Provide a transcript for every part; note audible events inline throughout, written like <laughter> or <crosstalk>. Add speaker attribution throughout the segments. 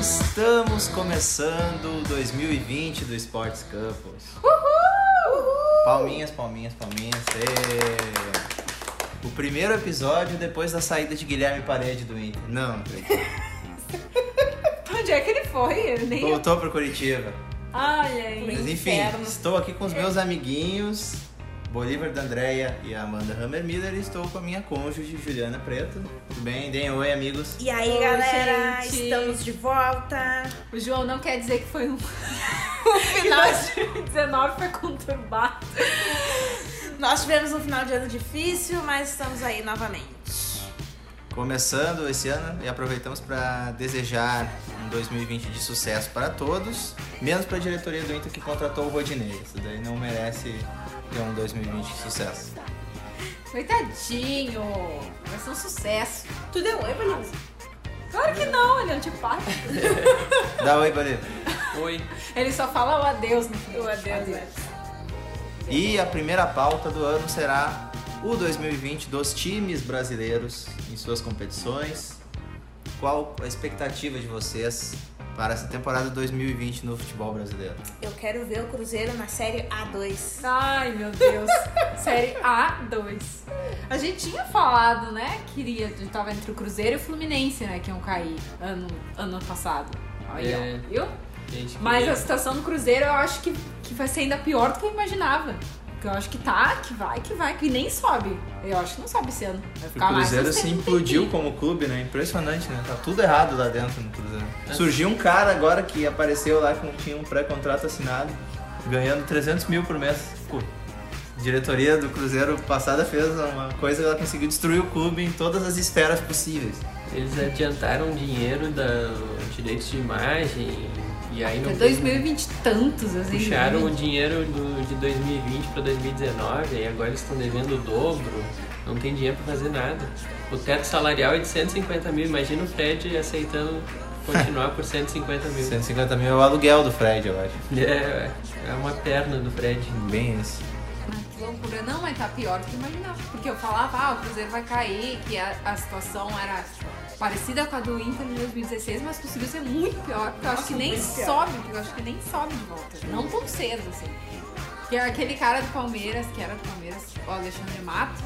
Speaker 1: Estamos começando 2020 do Sports Couples. Palminhas, palminhas, palminhas. Ê! O primeiro episódio depois da saída de Guilherme Parede do Inter. Não,
Speaker 2: Pra Onde é que ele foi? Eu nem...
Speaker 1: voltou pro Curitiba.
Speaker 2: Olha aí.
Speaker 1: Mas enfim,
Speaker 2: inferno.
Speaker 1: estou aqui com os meus amiguinhos, Bolívar da Andrea e a Amanda Hammermiller, e estou com a minha cônjuge, Juliana Preto. Tudo bem? Deem oi, amigos.
Speaker 3: E aí,
Speaker 2: Oi,
Speaker 3: galera,
Speaker 2: gente.
Speaker 3: estamos de volta.
Speaker 2: O João não quer dizer que foi um... <laughs> o final de 2019 foi conturbado.
Speaker 3: Nós tivemos um final de ano difícil, mas estamos aí novamente.
Speaker 1: Começando esse ano e aproveitamos para desejar um 2020 de sucesso para todos, menos para a diretoria do Inter que contratou o Rodinei. Isso daí não merece ter um 2020 de sucesso.
Speaker 2: Coitadinho. Vai ser um sucesso.
Speaker 3: Tu deu oi,
Speaker 2: um
Speaker 3: Bolívia?
Speaker 2: Claro que não, ele é antipático.
Speaker 1: Dá oi, Bolívar.
Speaker 4: Oi.
Speaker 2: Ele só fala o adeus é. no fim.
Speaker 3: O adeus, né?
Speaker 1: E a primeira pauta do ano será o 2020 dos times brasileiros em suas competições. Qual a expectativa de vocês para essa temporada 2020 no futebol brasileiro?
Speaker 3: Eu quero ver o Cruzeiro na série A2.
Speaker 2: Ai, meu
Speaker 4: <laughs>
Speaker 2: Deus. Série A2. A gente tinha falado, né? Queria, a gente tava entre o Cruzeiro e o Fluminense, né? Que iam cair ano, ano passado. Aí,
Speaker 4: É.
Speaker 2: ó. Viu?
Speaker 4: Gente,
Speaker 2: Mas
Speaker 4: queria-
Speaker 2: a situação do Cruzeiro eu acho que, que vai ser ainda pior do que eu imaginava. Porque eu acho que tá, que vai, que vai, que nem sobe. Eu acho que não sobe esse ano. Vai ficar
Speaker 1: O
Speaker 2: mais
Speaker 1: Cruzeiro se
Speaker 2: sustento-
Speaker 1: implodiu como clube, né? Impressionante, né? Tá tudo errado lá dentro no Cruzeiro.
Speaker 3: É.
Speaker 1: Surgiu um cara agora que apareceu lá com tinha um pré-contrato assinado, ganhando 300 mil por mês. Pô, a diretoria do Cruzeiro passada fez uma coisa que ela conseguiu destruir o clube em todas as esferas possíveis.
Speaker 4: Eles adiantaram dinheiro da direitos de imagem e aí não
Speaker 2: Até
Speaker 4: tem-
Speaker 2: 2020 É e tantos, assim.
Speaker 4: um né? puxaram o
Speaker 2: 2020.
Speaker 4: dinheiro do- de 2020 para 2019 e agora eles estão devendo o dobro. Não tem dinheiro para fazer nada. O teto salarial é de 150 mil. Imagina o Fred aceitando continuar por 150
Speaker 1: <laughs>
Speaker 4: mil.
Speaker 1: 150 mil é o aluguel do Fred, eu acho.
Speaker 4: É, é uma perna do Fred.
Speaker 1: Bem isso.
Speaker 2: Ah, Que loucura. Não, mas tá pior do que eu imaginava. Porque eu falava, ah, o Cruzeiro vai cair, que a, a situação era tipo, parecida com a do Inter de 2016, mas conseguiu ser muito pior. Porque eu acho que nem
Speaker 3: muito pior.
Speaker 2: sobe, porque eu acho que nem sobe de volta. Não tão cedo, assim. Que é aquele cara do Palmeiras, que era do Palmeiras, o Alexandre Matos,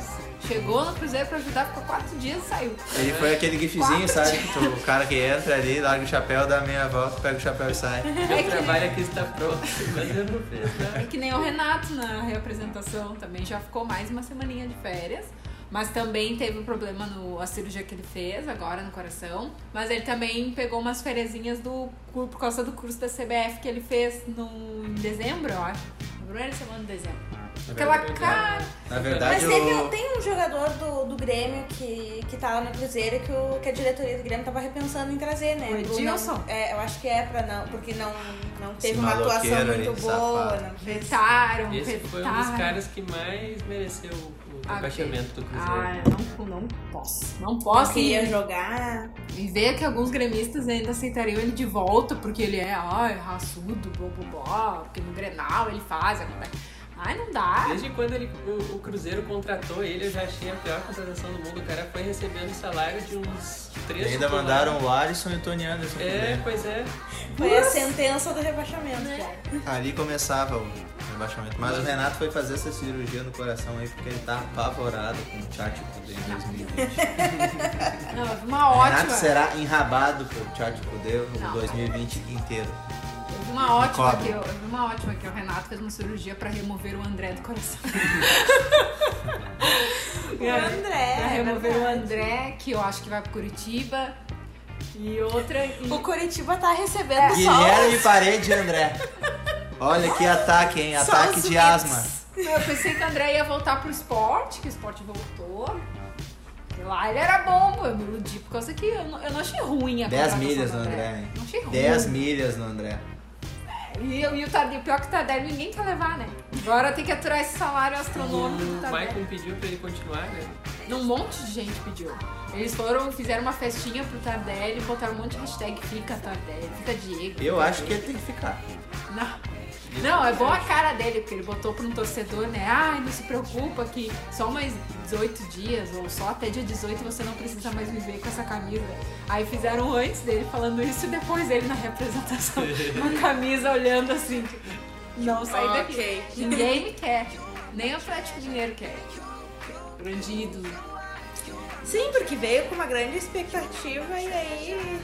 Speaker 2: chegou no Cruzeiro pra ajudar, ficou quatro dias e saiu.
Speaker 3: É.
Speaker 1: Ele foi aquele gifzinho, sabe? Que tu- o cara que entra ali, larga o chapéu, dá a meia volta, pega o chapéu e sai.
Speaker 4: Meu trabalho aqui está pronto, mas eu não
Speaker 2: <laughs>
Speaker 4: fiz. né?
Speaker 2: É que nem o Renato na reapresentação também já ficou mais uma semaninha de férias. Mas também teve um problema no a cirurgia que ele fez agora no coração. Mas ele também pegou umas ferezinhas do cu- por causa do curso da CBF que ele fez no em dezembro, eu acho. Na primeira semana de dezembro. Aquela cara.
Speaker 3: <laughs>
Speaker 1: Na
Speaker 3: Mas
Speaker 1: verdade,
Speaker 3: teve,
Speaker 1: o...
Speaker 3: tem um jogador do, do Grêmio que, que tá lá no Cruzeiro que, o, que a diretoria do Grêmio tava repensando em trazer, né?
Speaker 2: O Edilson?
Speaker 3: Não- é, eu acho que é pra não, porque não, não teve
Speaker 1: Esse
Speaker 3: uma atuação
Speaker 1: maloqueiro aí,
Speaker 3: muito boa.
Speaker 1: safado.
Speaker 3: Não fez.
Speaker 2: Vetaram,
Speaker 4: Esse
Speaker 2: vetaram.
Speaker 4: foi um dos caras que mais mereceu o
Speaker 2: Ah,
Speaker 4: rebaixamento do Cruzeiro.
Speaker 2: Ah, não, não posso. Não
Speaker 3: Não
Speaker 2: posso. ir.
Speaker 3: queria jogar.
Speaker 2: E ver que alguns gremistas ainda aceitariam ele de volta, porque ele é, ai, raçudo, blá, blá, blá, porque no Grenal ele faz, acontece. Ai, não dá.
Speaker 4: Desde quando ele, o, o Cruzeiro contratou ele, eu já achei a pior contratação do mundo. O cara foi recebendo o salário de uns três.
Speaker 1: ainda
Speaker 4: titulares.
Speaker 3: né?
Speaker 1: mandaram um né? o Alisson e o Tony Anderson. pro
Speaker 4: É,
Speaker 1: Grêmio.
Speaker 4: pois é.
Speaker 3: Foi a sentença do rebaixamento,
Speaker 2: Né?
Speaker 3: cara.
Speaker 1: Ali começava o rebaixamento. Mas o Renato foi fazer essa cirurgia no coração aí porque ele tá apavorado com o chat poder
Speaker 3: <laughs>
Speaker 1: em 2020.
Speaker 2: Não, eu vi uma
Speaker 1: O Renato
Speaker 2: ótima.
Speaker 1: será enrabado pelo chat poder
Speaker 2: Não.
Speaker 1: o 2020 inteiro.
Speaker 2: Eu vi uma ótima
Speaker 1: Cobre.
Speaker 2: que eu, eu vi uma ótima que o Renato fez uma cirurgia pra remover o André do
Speaker 3: <laughs>
Speaker 2: coração.
Speaker 3: O André.
Speaker 2: Pra
Speaker 3: é
Speaker 2: remover o
Speaker 3: verdade.
Speaker 2: André, que eu acho que vai pro Curitiba. E outra. e-
Speaker 3: O Curitiba tá recebendo só.
Speaker 1: Guilherme Parede e André. Olha que ataque, hein?
Speaker 3: Só
Speaker 1: Ataque
Speaker 3: os
Speaker 1: de
Speaker 3: hits.
Speaker 1: asma.
Speaker 2: Eu pensei que o André ia voltar pro esporte, que o esporte voltou. Sei lá, ele era bom, pô, eu me iludi por causa que eu não, eu não achei ruim a
Speaker 1: 10
Speaker 2: contratação
Speaker 1: milhas
Speaker 2: do
Speaker 1: no André, hein?
Speaker 2: Não achei ruim.
Speaker 1: 10 milhas no André.
Speaker 2: E, eu- e o Tardelli, pior é que o Tardelli ninguém quer levar, né? Agora tem que aturar esse salário astronômico do
Speaker 4: O
Speaker 2: Tardelli.
Speaker 4: Maicon pediu pra ele continuar, né?
Speaker 2: Um monte de gente pediu. Eles foram, fizeram uma festinha pro Tardelli, botaram um monte de hashtag fica Tardelli, fica Diego.
Speaker 1: Eu acho que ele tem que ficar.
Speaker 2: Não. Não, é boa a cara dele, porque ele botou pra um torcedor, né? Ai, não se preocupa que só mais 18 dias, ou só até dia 18 você não precisa mais viver com essa camisa. Aí fizeram antes dele falando isso e depois ele na representação com a camisa olhando assim, tipo, não sai daqui.
Speaker 3: Ok.
Speaker 2: Ninguém me quer. Nem o Atlético Mineiro quer. Grande ídolo.
Speaker 3: Sim, porque veio com uma grande expectativa e aí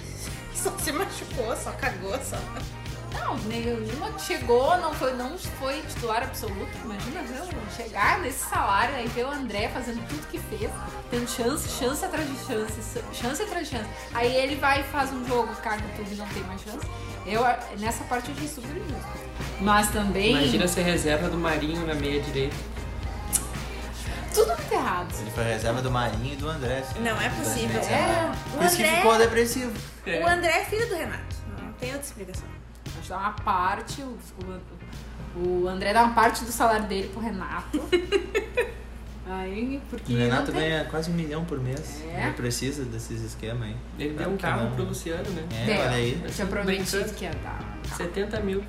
Speaker 3: só se machucou, só cagou, só.
Speaker 2: Não, nenhuma que chegou, não foi, não foi titular absoluto. Imagina ver o- chegar nesse salário aí, ver o André fazendo tudo que fez, tendo chance, chance atrás de chance, chance atrás de chance. Aí ele vai e faz um jogo, caga tudo e não tem mais chance. Eu, nessa parte, eu achei super injusto. Mas também,
Speaker 4: Imagina ser reserva do Marinho na meia direita.
Speaker 2: tudo muito errado.
Speaker 1: Ele foi reserva do Marinho e do André. assim.
Speaker 3: Não é possível.
Speaker 2: É,
Speaker 1: Por isso que ficou depressivo.
Speaker 3: O André é filho do Renato. Não tem outra explicação.
Speaker 2: acho que dá uma parte, o, o- o André dá uma parte do salário dele pro
Speaker 1: <laughs>
Speaker 2: Renato. Aí, porque
Speaker 1: O Renato
Speaker 2: não tem-
Speaker 1: ganha quase um milhão por mês.
Speaker 2: É.
Speaker 1: Ele precisa desses esquemas aí. Tá
Speaker 4: Ele deu
Speaker 1: Claro
Speaker 4: um
Speaker 1: que
Speaker 4: carro
Speaker 1: não.
Speaker 4: pro Luciano, né?
Speaker 1: É,
Speaker 2: Deu.
Speaker 1: olha aí.
Speaker 2: Eu tinha prometido que ia dar. um
Speaker 1: É.
Speaker 2: carro.
Speaker 4: 70 mil,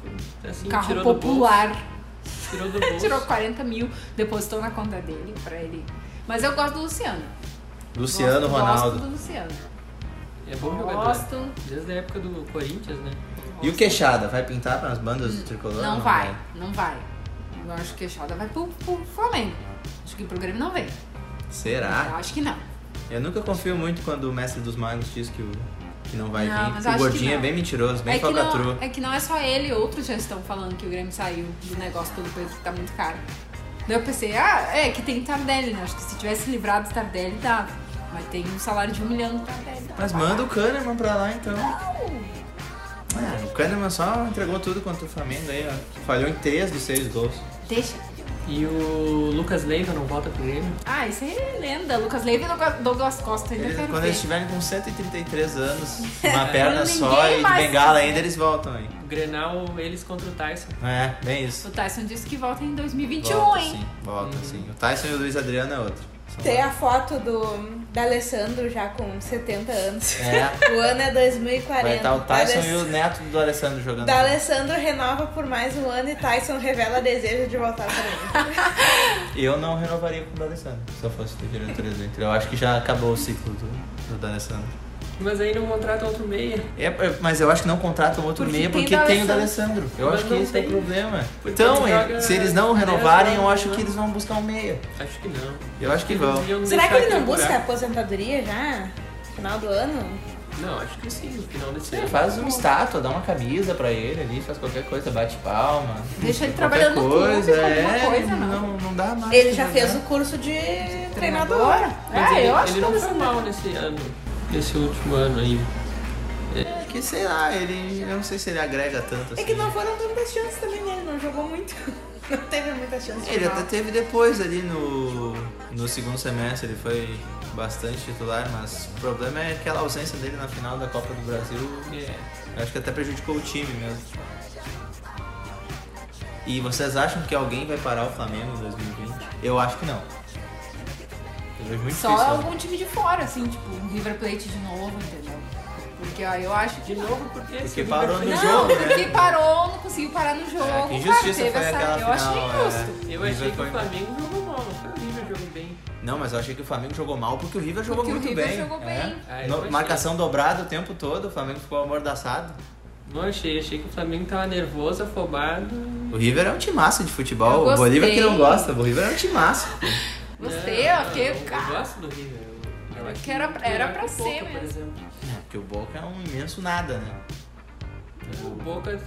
Speaker 4: assim,
Speaker 2: carro
Speaker 4: tirou
Speaker 2: popular. <laughs>
Speaker 4: do bolso. Tirou do bolso.
Speaker 2: É, Tirou 40 mil, depositou na conta dele pra ele. Mas eu gosto do Luciano.
Speaker 1: Luciano
Speaker 2: Gosto-
Speaker 1: Ronaldo.
Speaker 2: Gosto do Luciano.
Speaker 4: É bom jogador.
Speaker 2: Gosto.
Speaker 4: Desde a época do Corinthians, né?
Speaker 1: E o Queixada, vai pintar para as bandas do tricolor?
Speaker 2: Não vai, não vai. Eu acho que a Chalda vai pro, pro Flamengo. Acho que pro Grêmio não vem. Eu
Speaker 1: Será?
Speaker 2: acho que não.
Speaker 1: Eu nunca confio muito quando o mestre dos magos diz que, o, que não vai
Speaker 2: Não, mas
Speaker 1: vir.
Speaker 2: acho
Speaker 1: O
Speaker 2: que
Speaker 1: gordinho é
Speaker 2: não.
Speaker 1: bem mentiroso, bem
Speaker 2: é, que
Speaker 1: falcatrua.
Speaker 2: não é que não é só ele, outros já estão falando que o Grêmio saiu do negócio todo preto que tá muito caro. Daí eu pensei, ah, é que tem Tardelli, né? Acho que se tivesse livrado do Tardelli, dava. Mas tem um salário de um milhão no Tardelli. dá
Speaker 1: Mas
Speaker 2: pra
Speaker 1: manda o Kahneman pra lá então.
Speaker 2: pagar.
Speaker 1: Ah, o Kahneman só entregou tudo contra o Flamengo aí, ó. Falhou em três dos seis gols.
Speaker 2: Deixa.
Speaker 4: E o Lucas Leiva não volta pro Grêmio.
Speaker 2: Ah, isso aí é lenda. Lucas Leiva e Douglas Costa ainda
Speaker 1: Eles-
Speaker 2: quero
Speaker 1: quando
Speaker 2: tá ver.
Speaker 1: eles estiverem com 133 anos,
Speaker 2: <laughs>
Speaker 1: uma perna só
Speaker 2: Ninguém
Speaker 1: e de
Speaker 2: mais-
Speaker 1: bengala ainda, eles voltam aí.
Speaker 4: O Grenal, eles contra o Tyson.
Speaker 1: É, bem isso.
Speaker 2: O Tyson disse que volta em 2021,
Speaker 1: Volta
Speaker 2: hein?
Speaker 1: sim, volta
Speaker 4: Uhum.
Speaker 1: sim. O Tyson e o Luiz Adriano é outro. São
Speaker 3: Tem a foto do da Alessandro já com 70 anos.
Speaker 1: É,
Speaker 3: <laughs> O ano é 2040.
Speaker 1: vai estar o Tyson e
Speaker 3: Aless-
Speaker 1: o neto do Alessandro jogando.
Speaker 3: Da Alessandro renova por mais um ano e Tyson revela desejo de voltar para mim.
Speaker 1: Eu não renovaria com o D'Alessandro, se eu fosse da diretoria do Inter. Eu acho que já acabou o ciclo do, do D'Alessandro.
Speaker 4: Mas aí não contrata outro meia.
Speaker 1: É, é, mas eu acho que não contratam outro
Speaker 2: Porque
Speaker 1: meia
Speaker 2: tem
Speaker 1: porque tem o
Speaker 2: D'Alessandro.
Speaker 1: D'Alessandro. Eu
Speaker 4: Mas
Speaker 1: acho que
Speaker 4: não
Speaker 1: esse é o
Speaker 4: tem.
Speaker 1: problema.
Speaker 4: Porque
Speaker 1: Então,
Speaker 4: ele joga- né?
Speaker 1: se eles não
Speaker 4: ele
Speaker 1: renovarem,
Speaker 4: joga-
Speaker 1: eu acho que eles vão buscar um meia.
Speaker 4: Acho que não.
Speaker 1: Eu acho que
Speaker 3: Uhum.
Speaker 4: Eles
Speaker 1: vão.
Speaker 3: <laughs>
Speaker 4: deviam
Speaker 3: Será que
Speaker 4: deixar
Speaker 3: ele não
Speaker 4: aquele
Speaker 3: busca
Speaker 4: buraco.
Speaker 3: aposentadoria já? Final do ano?
Speaker 4: Não, acho que sim, no final desse
Speaker 1: Sim,
Speaker 4: ano.
Speaker 1: faz um uma estátua, dá uma camisa pra ele ali, faz qualquer coisa, bate palma.
Speaker 2: Deixa ele
Speaker 1: Qualquer
Speaker 2: trabalhando no clube,
Speaker 1: coisa,
Speaker 2: alguma
Speaker 1: é,
Speaker 2: coisa, não.
Speaker 1: não. Não dá mais.
Speaker 3: Ele já
Speaker 1: né?
Speaker 3: fez o curso de treinador.
Speaker 2: Treinador?
Speaker 4: Mas
Speaker 2: é,
Speaker 4: ele,
Speaker 2: eu acho
Speaker 4: ele
Speaker 2: que
Speaker 4: não
Speaker 2: Douglas
Speaker 4: foi mal nesse ano. Nesse último ano aí.
Speaker 1: É que sei lá, ele. Eu não sei se ele agrega tanto assim.
Speaker 3: É que não foram tantas chances também nele, não jogou muito. <laughs> Não teve muita chance de
Speaker 1: Ele
Speaker 3: final.
Speaker 1: até teve depois ali no, no segundo semestre, ele foi bastante titular, mas o problema é aquela ausência dele na final da Copa do Brasil,
Speaker 4: É.
Speaker 1: eu acho que até prejudicou o time mesmo. tipo. E vocês acham que alguém vai parar o Flamengo em 2020? Eu acho que não. Eu vejo muito
Speaker 2: Só
Speaker 1: difícil. né?
Speaker 2: algum time de fora, assim, tipo, um River Plate de novo, entendeu? Porque ó, eu acho que.
Speaker 4: De novo, porque esse
Speaker 1: Porque parou no
Speaker 4: River Plate-
Speaker 2: Não,
Speaker 1: jogo, né?
Speaker 2: porque parou, não conseguiu parar no
Speaker 1: É,
Speaker 2: jogo.
Speaker 1: que
Speaker 2: claro,
Speaker 1: injustiça
Speaker 2: teve
Speaker 1: foi
Speaker 2: essa.
Speaker 1: aquela
Speaker 2: eu achei
Speaker 1: final,
Speaker 2: injusto.
Speaker 1: é.
Speaker 4: Eu
Speaker 1: O
Speaker 4: achei
Speaker 1: River
Speaker 4: que o
Speaker 1: foi-
Speaker 4: Flamengo jogou mal, não foi o River jogou bem.
Speaker 1: Não, mas eu achei que o Flamengo jogou mal porque o River jogou
Speaker 2: Porque o
Speaker 1: muito
Speaker 2: River
Speaker 1: bem.
Speaker 2: jogou
Speaker 1: É.
Speaker 2: bem.
Speaker 4: Ah, eu
Speaker 1: No-
Speaker 4: achei.
Speaker 1: marcação dobrada o tempo todo, o Flamengo ficou amordaçado.
Speaker 4: Não achei, achei que o Flamengo tava nervoso, afobado.
Speaker 1: O River é um timaço de futebol.
Speaker 2: Eu
Speaker 1: O Bolívar que não
Speaker 2: gostei.
Speaker 1: gosta, o River é um timaço.
Speaker 2: Gostei,
Speaker 4: Não,
Speaker 2: eu fiquei.
Speaker 4: não, Eu
Speaker 2: Cara,
Speaker 4: gosto do River. eu- eu
Speaker 2: Era
Speaker 4: acho
Speaker 2: que era-
Speaker 4: muito
Speaker 2: era
Speaker 4: melhor
Speaker 2: pra
Speaker 4: que o
Speaker 2: ser
Speaker 4: Boca,
Speaker 2: mesmo.
Speaker 4: Por exemplo.
Speaker 1: É, Porque o Boca é um imenso nada, né?
Speaker 4: O Boca,
Speaker 1: O Boca era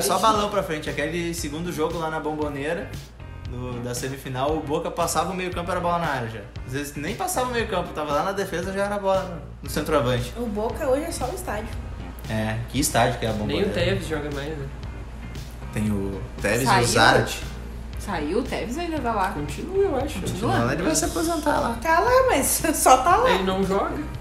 Speaker 1: só
Speaker 4: teoricamente,
Speaker 1: balão pra frente. Aquele segundo jogo lá na Bomboneira, do- da semifinal, o Boca passava o meio campo era bola na área já. Às vezes nem passava o meio campo, tava lá na defesa já era bola no centroavante.
Speaker 3: O Boca hoje é só o estádio.
Speaker 1: É, que estádio que é a
Speaker 4: Nem
Speaker 1: Bomboneira.
Speaker 4: o Tevez joga mais, né?
Speaker 1: Tem o Tevez e o
Speaker 2: Saiu?
Speaker 1: Zarat.
Speaker 2: saiu, o Tevez ainda tá lá.
Speaker 4: Continua, eu acho.
Speaker 2: é?
Speaker 1: Não, ele vai se aposentar lá.
Speaker 3: Tá lá, mas <laughs> só tá lá.
Speaker 4: Ele não joga.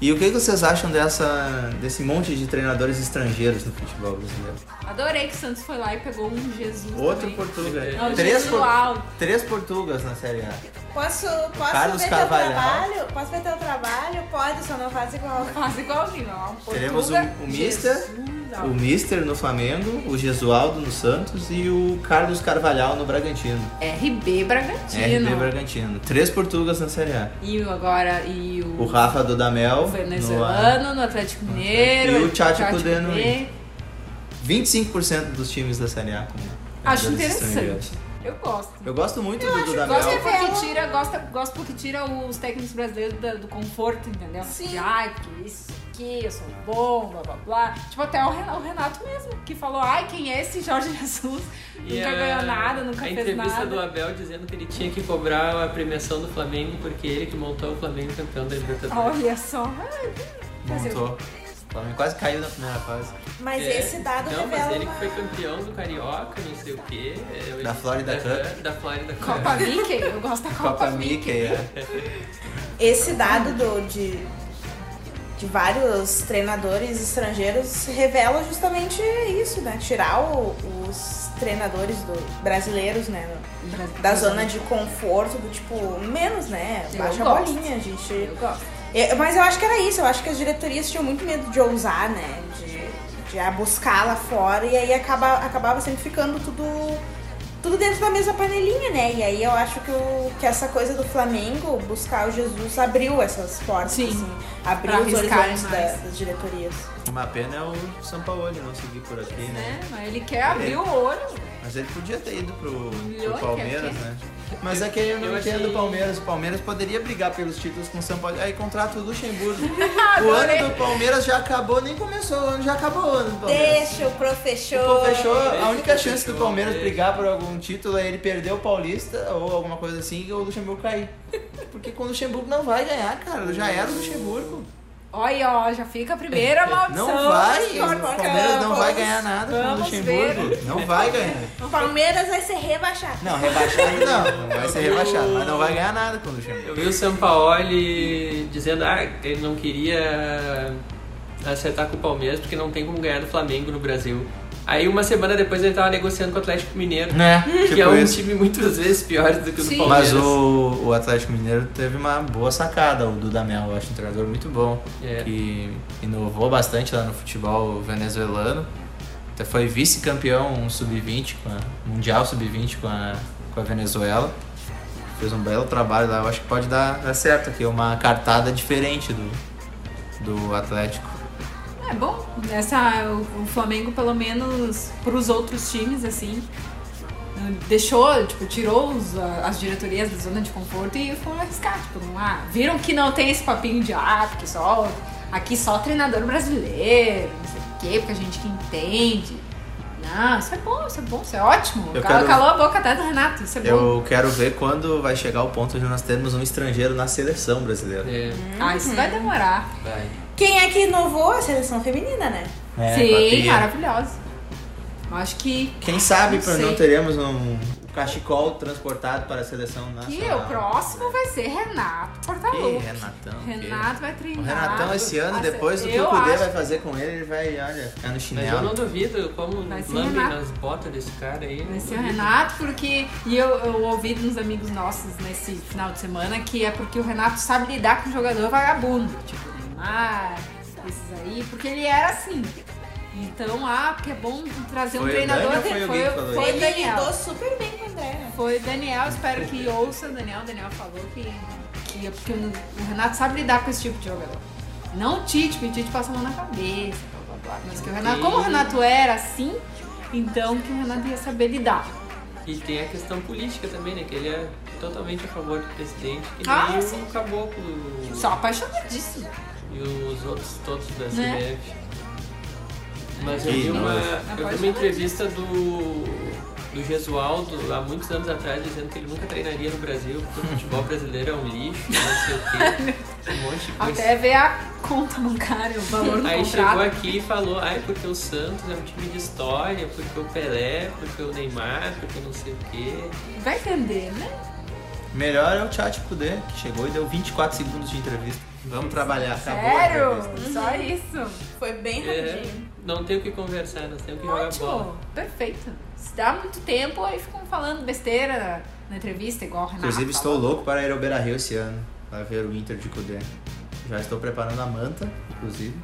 Speaker 1: E o que que vocês acham dessa, desse monte de treinadores estrangeiros no futebol brasileiro?
Speaker 2: Adorei que o Santos foi lá e pegou um Jesus.
Speaker 1: Outro
Speaker 2: também.
Speaker 1: Portuga.
Speaker 2: Não, o
Speaker 1: Três,
Speaker 2: Jesus um
Speaker 1: por-
Speaker 2: Alves.
Speaker 1: três Portugas na Série A.
Speaker 3: Posso, posso
Speaker 1: Carlos
Speaker 3: ver teu
Speaker 1: Carvalhal.
Speaker 3: trabalho? Posso ver teu trabalho? Pode, só não faz igual.
Speaker 2: Quase igualzinho, ó. Um
Speaker 1: Teremos
Speaker 2: Portuga,
Speaker 1: um- um mister.
Speaker 2: Jesus, Gesualdo.
Speaker 1: o Mister no Flamengo, o Gesualdo no Santos e o Carlos Carvalhal no Bragantino.
Speaker 2: RB Bragantino.
Speaker 1: RB Bragantino. Três portugas na Série A.
Speaker 2: E o agora, e o,
Speaker 1: O Rafa Dudamel.
Speaker 2: o
Speaker 1: No,
Speaker 2: venezuelano no Atlético Mineiro.
Speaker 1: E o Tchatcho Kudê no
Speaker 2: Kudê.
Speaker 1: 25% dos times da Série A. com
Speaker 2: Acho
Speaker 1: jogadores estrangeiros.
Speaker 2: interessante. Eu gosto.
Speaker 1: Eu gosto muito do
Speaker 2: Gosto
Speaker 1: Dudamel.
Speaker 2: porque tira, gosta, gosto porque tira os técnicos brasileiros da- do, conforto, entendeu?
Speaker 3: Sim.
Speaker 2: De, ai, que isso, que eu sou bom, blá blá blá. Tipo, até o Renato, o Renato mesmo, que falou, ai, quem é esse Jorge <laughs> Jesus?
Speaker 4: E
Speaker 2: nunca
Speaker 4: a-
Speaker 2: ganhou nada, nunca
Speaker 4: A
Speaker 2: fez
Speaker 4: entrevista
Speaker 2: nada.
Speaker 4: do Abel dizendo que ele tinha que cobrar a premiação do Flamengo porque ele que montou o Flamengo campeão da Libertadores.
Speaker 2: Olha só. Ai, é fazer o
Speaker 1: Montou. O Flamengo quase caiu na primeira fase.
Speaker 3: Mas
Speaker 4: É,
Speaker 3: esse dado
Speaker 4: Não,
Speaker 3: revela
Speaker 4: mas ele que
Speaker 3: uma-
Speaker 4: foi campeão do Carioca, não sei o quê. é,
Speaker 1: Da Florida
Speaker 4: da, da Florida Cup.
Speaker 2: É, Copa Mickey, eu gosto da Copa,
Speaker 1: Copa
Speaker 2: Mickey.
Speaker 1: Mickey, é.
Speaker 3: Esse dado do- de, de vários treinadores estrangeiros revela justamente isso, né? Tirar o- os treinadores do- brasileiros, né? Da zona de conforto, do tipo, menos, né?
Speaker 2: Eu
Speaker 3: Baixa a
Speaker 2: gosto.
Speaker 3: bolinha, a gente.
Speaker 2: Eu gosto.
Speaker 3: Eu- mas eu acho que era isso, eu acho que as diretorias tinham muito medo de ousar, né? De, de a buscar lá fora e aí acaba, acabava sempre ficando tudo, tudo dentro da mesma panelinha, né? E aí eu acho que, o, que essa coisa do Flamengo buscar o Jesus abriu essas portas,
Speaker 2: Sim.
Speaker 3: assim,
Speaker 2: Pra
Speaker 3: abriu os
Speaker 2: arriscar
Speaker 3: horizontes da-
Speaker 2: mais.
Speaker 3: das diretorias.
Speaker 1: Uma pena é o Sampaoli não seguir por aqui, né?
Speaker 2: Né? Mas ele quer abrir o olho.
Speaker 1: Mas ele podia ter ido pro,
Speaker 2: Milhões,
Speaker 1: pro Palmeiras,
Speaker 2: quer
Speaker 1: né? Mas é que eu não
Speaker 4: Eu
Speaker 1: entendo
Speaker 4: achei-
Speaker 1: o Palmeiras. O Palmeiras poderia brigar pelos títulos com o São Paulo. Aí contrata o
Speaker 2: <laughs>
Speaker 1: Luxemburgo. o
Speaker 2: Adorei.
Speaker 1: ano do Palmeiras já acabou, nem começou o ano, já acabou o ano do Palmeiras.
Speaker 3: Deixa o professor.
Speaker 1: O Pô, fechou,
Speaker 4: Deixa
Speaker 1: a
Speaker 4: o
Speaker 1: única
Speaker 4: Pô
Speaker 1: chance do
Speaker 4: fechou,
Speaker 1: Palmeiras
Speaker 4: deixa.
Speaker 1: brigar por algum título é ele perder o Paulista ou alguma coisa assim e o Luxemburgo <laughs> cair. Porque com o Luxemburgo não vai ganhar, cara. Já era o Luxemburgo.
Speaker 2: Olha, ó, já fica a primeira
Speaker 1: <laughs>
Speaker 2: maldição.
Speaker 1: Não vai,
Speaker 2: dos
Speaker 1: o Palmeiras não vai
Speaker 2: Campos.
Speaker 1: ganhar nada com o
Speaker 2: Vamos
Speaker 1: Luxemburgo. Não vai ganhar.
Speaker 3: O Palmeiras vai ser rebaixado.
Speaker 1: Não, <laughs> rebaixado não. Não vai ser rebaixado, mas não vai ganhar nada com o Luxemburgo.
Speaker 4: Eu vi o Sampaoli dizendo ah, ele não queria acertar com o Palmeiras porque não tem como ganhar do Flamengo no Brasil. Aí uma semana depois ele tava negociando com o Atlético Mineiro,
Speaker 1: Né?
Speaker 4: que é
Speaker 1: Tipo
Speaker 4: um
Speaker 1: isso.
Speaker 4: time muitas vezes pior do que o do
Speaker 2: Sim.
Speaker 4: Palmeiras.
Speaker 1: Mas o, o Atlético Mineiro teve uma boa sacada, o Dudamel, eu acho um treinador muito bom,
Speaker 4: É.
Speaker 1: que inovou bastante lá no futebol venezuelano. Até foi vice-campeão sub-20, com a- mundial sub-20 com a, com a Venezuela. Fez um belo trabalho lá, eu acho que pode dar, dar certo aqui, uma cartada diferente do, do Atlético.
Speaker 2: É bom, essa, o, o Flamengo, pelo menos pros outros times, assim, deixou, tipo, tirou os- a- as diretorias da zona de conforto e foram arriscar, tipo, não, ah, viram que não tem esse papinho de, ah, porque só, aqui só treinador brasileiro, não sei o quê, porque a gente que entende. Não, isso é bom, isso é bom, isso é ótimo.
Speaker 1: Eu
Speaker 2: Cala-
Speaker 1: quero-
Speaker 2: Calou a boca até do Renato, isso é bom.
Speaker 1: Eu quero ver quando vai chegar o ponto de nós termos um estrangeiro na seleção brasileira.
Speaker 4: É,
Speaker 2: Ah, isso
Speaker 1: Uhum.
Speaker 2: vai demorar.
Speaker 4: vai.
Speaker 3: Quem é que inovou a seleção feminina, né?
Speaker 1: É, com a
Speaker 2: Sim,
Speaker 1: Pia.
Speaker 2: maravilhoso. Eu acho que
Speaker 1: Quem sabe
Speaker 2: Não
Speaker 1: pra não
Speaker 2: sei.
Speaker 1: teremos um cachecol transportado para a seleção nacional.
Speaker 2: Que o próximo vai ser Renato
Speaker 1: Ih,
Speaker 2: Portaluppi.
Speaker 1: Renatão. que-
Speaker 2: Renato vai
Speaker 1: O
Speaker 2: treinar.
Speaker 1: Renatão esse ano,
Speaker 2: Nossa,
Speaker 1: depois do que
Speaker 2: eu
Speaker 1: o Cudê
Speaker 2: acho-
Speaker 1: vai fazer com ele, ele vai, olha, ficar no
Speaker 4: Mas eu não
Speaker 1: chinelo.
Speaker 4: duvido como
Speaker 2: Vai ser
Speaker 4: lambe
Speaker 2: Renato.
Speaker 4: nas botas desse cara aí.
Speaker 2: Vai ser o Renato, porque. E eu, eu ouvi de uns amigos nossos nesse final de semana que é porque o Renato sabe lidar com um jogador vagabundo. Tipo, Neymar, esses aí, porque ele era assim. Então, ah, porque é bom trazer um
Speaker 1: Foi o
Speaker 2: treinador.
Speaker 1: Dani ou foi alguém que falou
Speaker 2: foi o
Speaker 3: Ele lidou
Speaker 2: Daniel.
Speaker 3: super bem com o André, né?
Speaker 2: Foi o Daniel, espero que ouça o Daniel. O Daniel falou que, que é porque o o Renato sabe lidar com esse tipo de jogador. Não o Tite, porque o Tite passa a mão na cabeça, blá blá blá. Mas que o Renato, como o Renato era assim, então que o Renato ia saber lidar.
Speaker 4: E tem a questão política também, né? Que ele é totalmente a favor do presidente. Que
Speaker 2: Ah,
Speaker 4: nem
Speaker 2: sim.
Speaker 4: o caboclo
Speaker 2: Só apaixonadíssimo.
Speaker 4: e os outros todos da CBF.
Speaker 2: Né?
Speaker 4: Mas eu
Speaker 1: E
Speaker 4: vi uma,
Speaker 1: nós?
Speaker 4: eu vi uma entrevista do, do Gesualdo há muitos anos atrás dizendo que ele nunca treinaria no Brasil, porque o futebol brasileiro é um lixo, não sei
Speaker 2: <laughs>
Speaker 4: o quê. Um monte de coisa.
Speaker 2: Até ver a conta bancária, o valor do
Speaker 4: Aí chegou
Speaker 2: contrato.
Speaker 4: aqui e falou, ai, porque o Santos é um time de história, porque o Pelé, porque o Neymar, porque não sei o quê.
Speaker 2: Vai entender, né?
Speaker 1: Melhor é o Tchat Cudê, que chegou e deu 24 segundos de entrevista. Vamos trabalhar, acabou a
Speaker 2: Sério?
Speaker 1: entrevista.
Speaker 2: Só isso.
Speaker 3: Foi bem
Speaker 4: É,
Speaker 3: rapidinho.
Speaker 4: não tem o que conversar, nós temos que jogar bola.
Speaker 2: Ótimo, perfeito. Se dá muito tempo, aí ficam falando besteira na, na entrevista, igual o Renato.
Speaker 1: Inclusive,
Speaker 2: falou.
Speaker 1: estou louco para ir ao Beira-Rio esse ano, para ver o Inter de Cudê. Já estou preparando a manta, inclusive.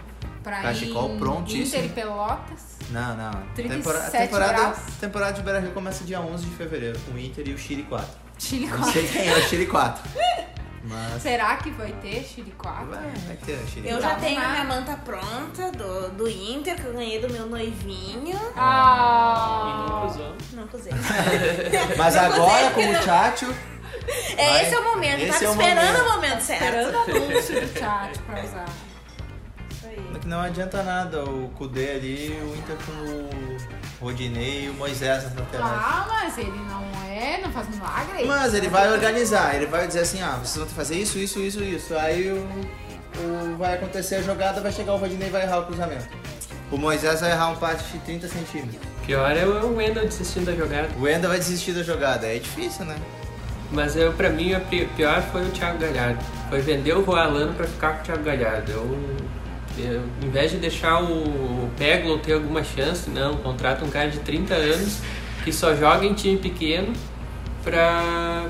Speaker 2: pra
Speaker 1: Cachecol
Speaker 2: ir em
Speaker 1: prontíssimo.
Speaker 2: Inter e
Speaker 1: <laughs>
Speaker 2: Pelotas.
Speaker 1: Não, não. Tempora-
Speaker 2: 37
Speaker 1: temporada,
Speaker 2: graus.
Speaker 1: temporada de Beira Rio começa dia 11 de fevereiro com o Inter e o Chile 4.
Speaker 2: Chile
Speaker 1: Não
Speaker 2: 4.
Speaker 1: sei quem é o Chile 4.
Speaker 3: <laughs>
Speaker 1: Mas
Speaker 2: Será que vai ter Chile 4?
Speaker 1: vai, vai ter o Chile
Speaker 3: Eu
Speaker 1: 4.
Speaker 3: já tenho minha manta pronta do, do Inter, que eu ganhei do meu noivinho.
Speaker 4: E não
Speaker 2: Ah!
Speaker 4: cruzou.
Speaker 3: Não
Speaker 1: <laughs>
Speaker 3: usei. <laughs>
Speaker 1: Mas
Speaker 3: Não
Speaker 1: agora
Speaker 3: consegue,
Speaker 1: com o
Speaker 3: não.
Speaker 1: Tchatcho.
Speaker 3: É,
Speaker 1: vai.
Speaker 3: esse é o momento.
Speaker 1: Esse
Speaker 3: Tava
Speaker 1: é o
Speaker 3: esperando
Speaker 1: momento.
Speaker 3: o momento certo.
Speaker 2: Esperando anúncio do um chat pra usar.
Speaker 3: Isso aí.
Speaker 1: Mas que não adianta nada o Kudê ali, o Inter com o Rodinei e o Moisés na lateral.
Speaker 2: Ah, mas ele não é, não faz milagre.
Speaker 1: Mas ele vai organizar, ele vai dizer assim, ah, vocês vão ter que fazer isso, isso, isso, isso. Aí o, o- vai acontecer a jogada, vai chegar o Rodinei e vai errar o cruzamento. O Moisés vai errar um passe de 30 centímetros.
Speaker 4: Pior é o Wendel desistindo da jogada.
Speaker 1: O Enda vai desistir da jogada, é difícil, né?
Speaker 4: Mas eu, pra mim, o pior foi o Thiago Galhardo. Foi vender o Roalano pra ficar com o Thiago Galhardo. Eu, eu, em vez de deixar o Peglo ter alguma chance, não. Contrata um cara de 30 anos que só joga em time pequeno pra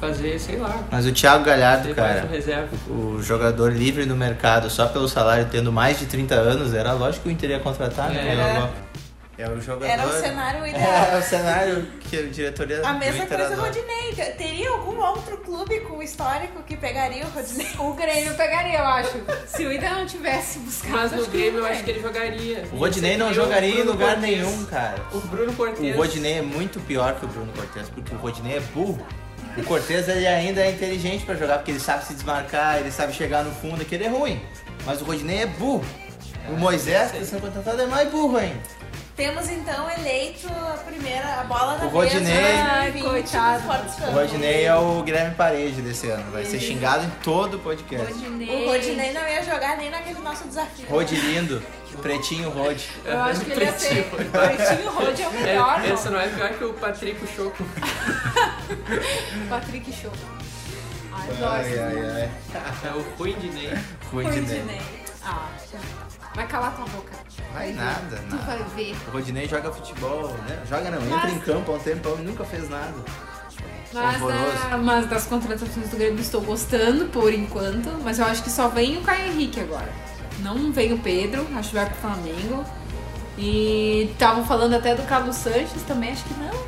Speaker 4: fazer, sei lá,
Speaker 1: Mas o Thiago Galhardo,
Speaker 4: ter
Speaker 1: cara,
Speaker 4: mais um reserva.
Speaker 1: o jogador livre no mercado só pelo salário tendo mais de 30 anos, era lógico que o Inter ia contratar, né?
Speaker 4: É.
Speaker 1: Era lo- É o jogador.
Speaker 3: Era o cenário ideal.
Speaker 1: É, o cenário que a diretoria
Speaker 3: A
Speaker 1: do
Speaker 3: mesma
Speaker 1: Inter
Speaker 3: coisa o
Speaker 1: adora.
Speaker 3: Rodinei. Teria algum outro clube com histórico que pegaria o Rodinei?
Speaker 2: O Grêmio pegaria, eu acho. Se o Ida não tivesse buscado.
Speaker 4: Mas no
Speaker 2: acho que
Speaker 4: Grêmio eu
Speaker 2: não é.
Speaker 4: acho que ele jogaria.
Speaker 1: O Rodinei não
Speaker 4: Ia ser que nem o
Speaker 1: jogaria em
Speaker 4: Bruno
Speaker 1: lugar
Speaker 4: Cortes.
Speaker 1: nenhum, cara.
Speaker 4: O Bruno
Speaker 1: O
Speaker 4: Cortes.
Speaker 1: Rodinei é muito pior que o Bruno Cortez, porque o Rodinei é burro. O Cortez ele ainda é inteligente pra jogar, porque ele sabe se desmarcar, ele sabe chegar no fundo, que ele é ruim. Mas o Rodinei é burro.
Speaker 3: Ah,
Speaker 1: O Moisés, que tá sendo contratado, é mais burro ainda.
Speaker 3: Temos então eleito a primeira, a bola da
Speaker 1: O Rodinei.
Speaker 3: vez, né?
Speaker 2: Ai,
Speaker 3: 20
Speaker 2: coitado.
Speaker 3: Fortes
Speaker 1: O Rodinei é o Guilherme Parede desse ano. Vai ser xingado em todo o podcast.
Speaker 2: Rodinei.
Speaker 3: O Rodinei não ia jogar nem naquele nosso desafio.
Speaker 1: Rodilindo, pretinho Rod.
Speaker 2: Eu acho que ele ia ser.
Speaker 4: Pretinho.
Speaker 2: Pretinho Rod é o melhor.
Speaker 4: É, essa
Speaker 2: não.
Speaker 4: não é pior que o Patrick Choco.
Speaker 2: Patrick Show. Ai, adoro
Speaker 1: Ai,
Speaker 2: esses
Speaker 1: ai,
Speaker 2: nomes.
Speaker 1: ai.
Speaker 4: É o Ruindinei.
Speaker 1: Rodinei.
Speaker 2: Ah, vai calar tua boca.
Speaker 1: Vai nada,
Speaker 2: Tu
Speaker 1: nada.
Speaker 2: vai ver.
Speaker 1: O Rodinei joga futebol, né? Joga não, entra
Speaker 2: Mas-
Speaker 1: em campo há um tempão e nunca fez nada.
Speaker 2: Mas,
Speaker 1: Horroroso.
Speaker 2: ah, mas das contratações do Grêmio estou gostando por enquanto. Mas eu acho que só vem o Caio Henrique agora. Não vem o Pedro, acho que vai pro Flamengo. E estavam falando até do Carlos Sanches também, acho que não.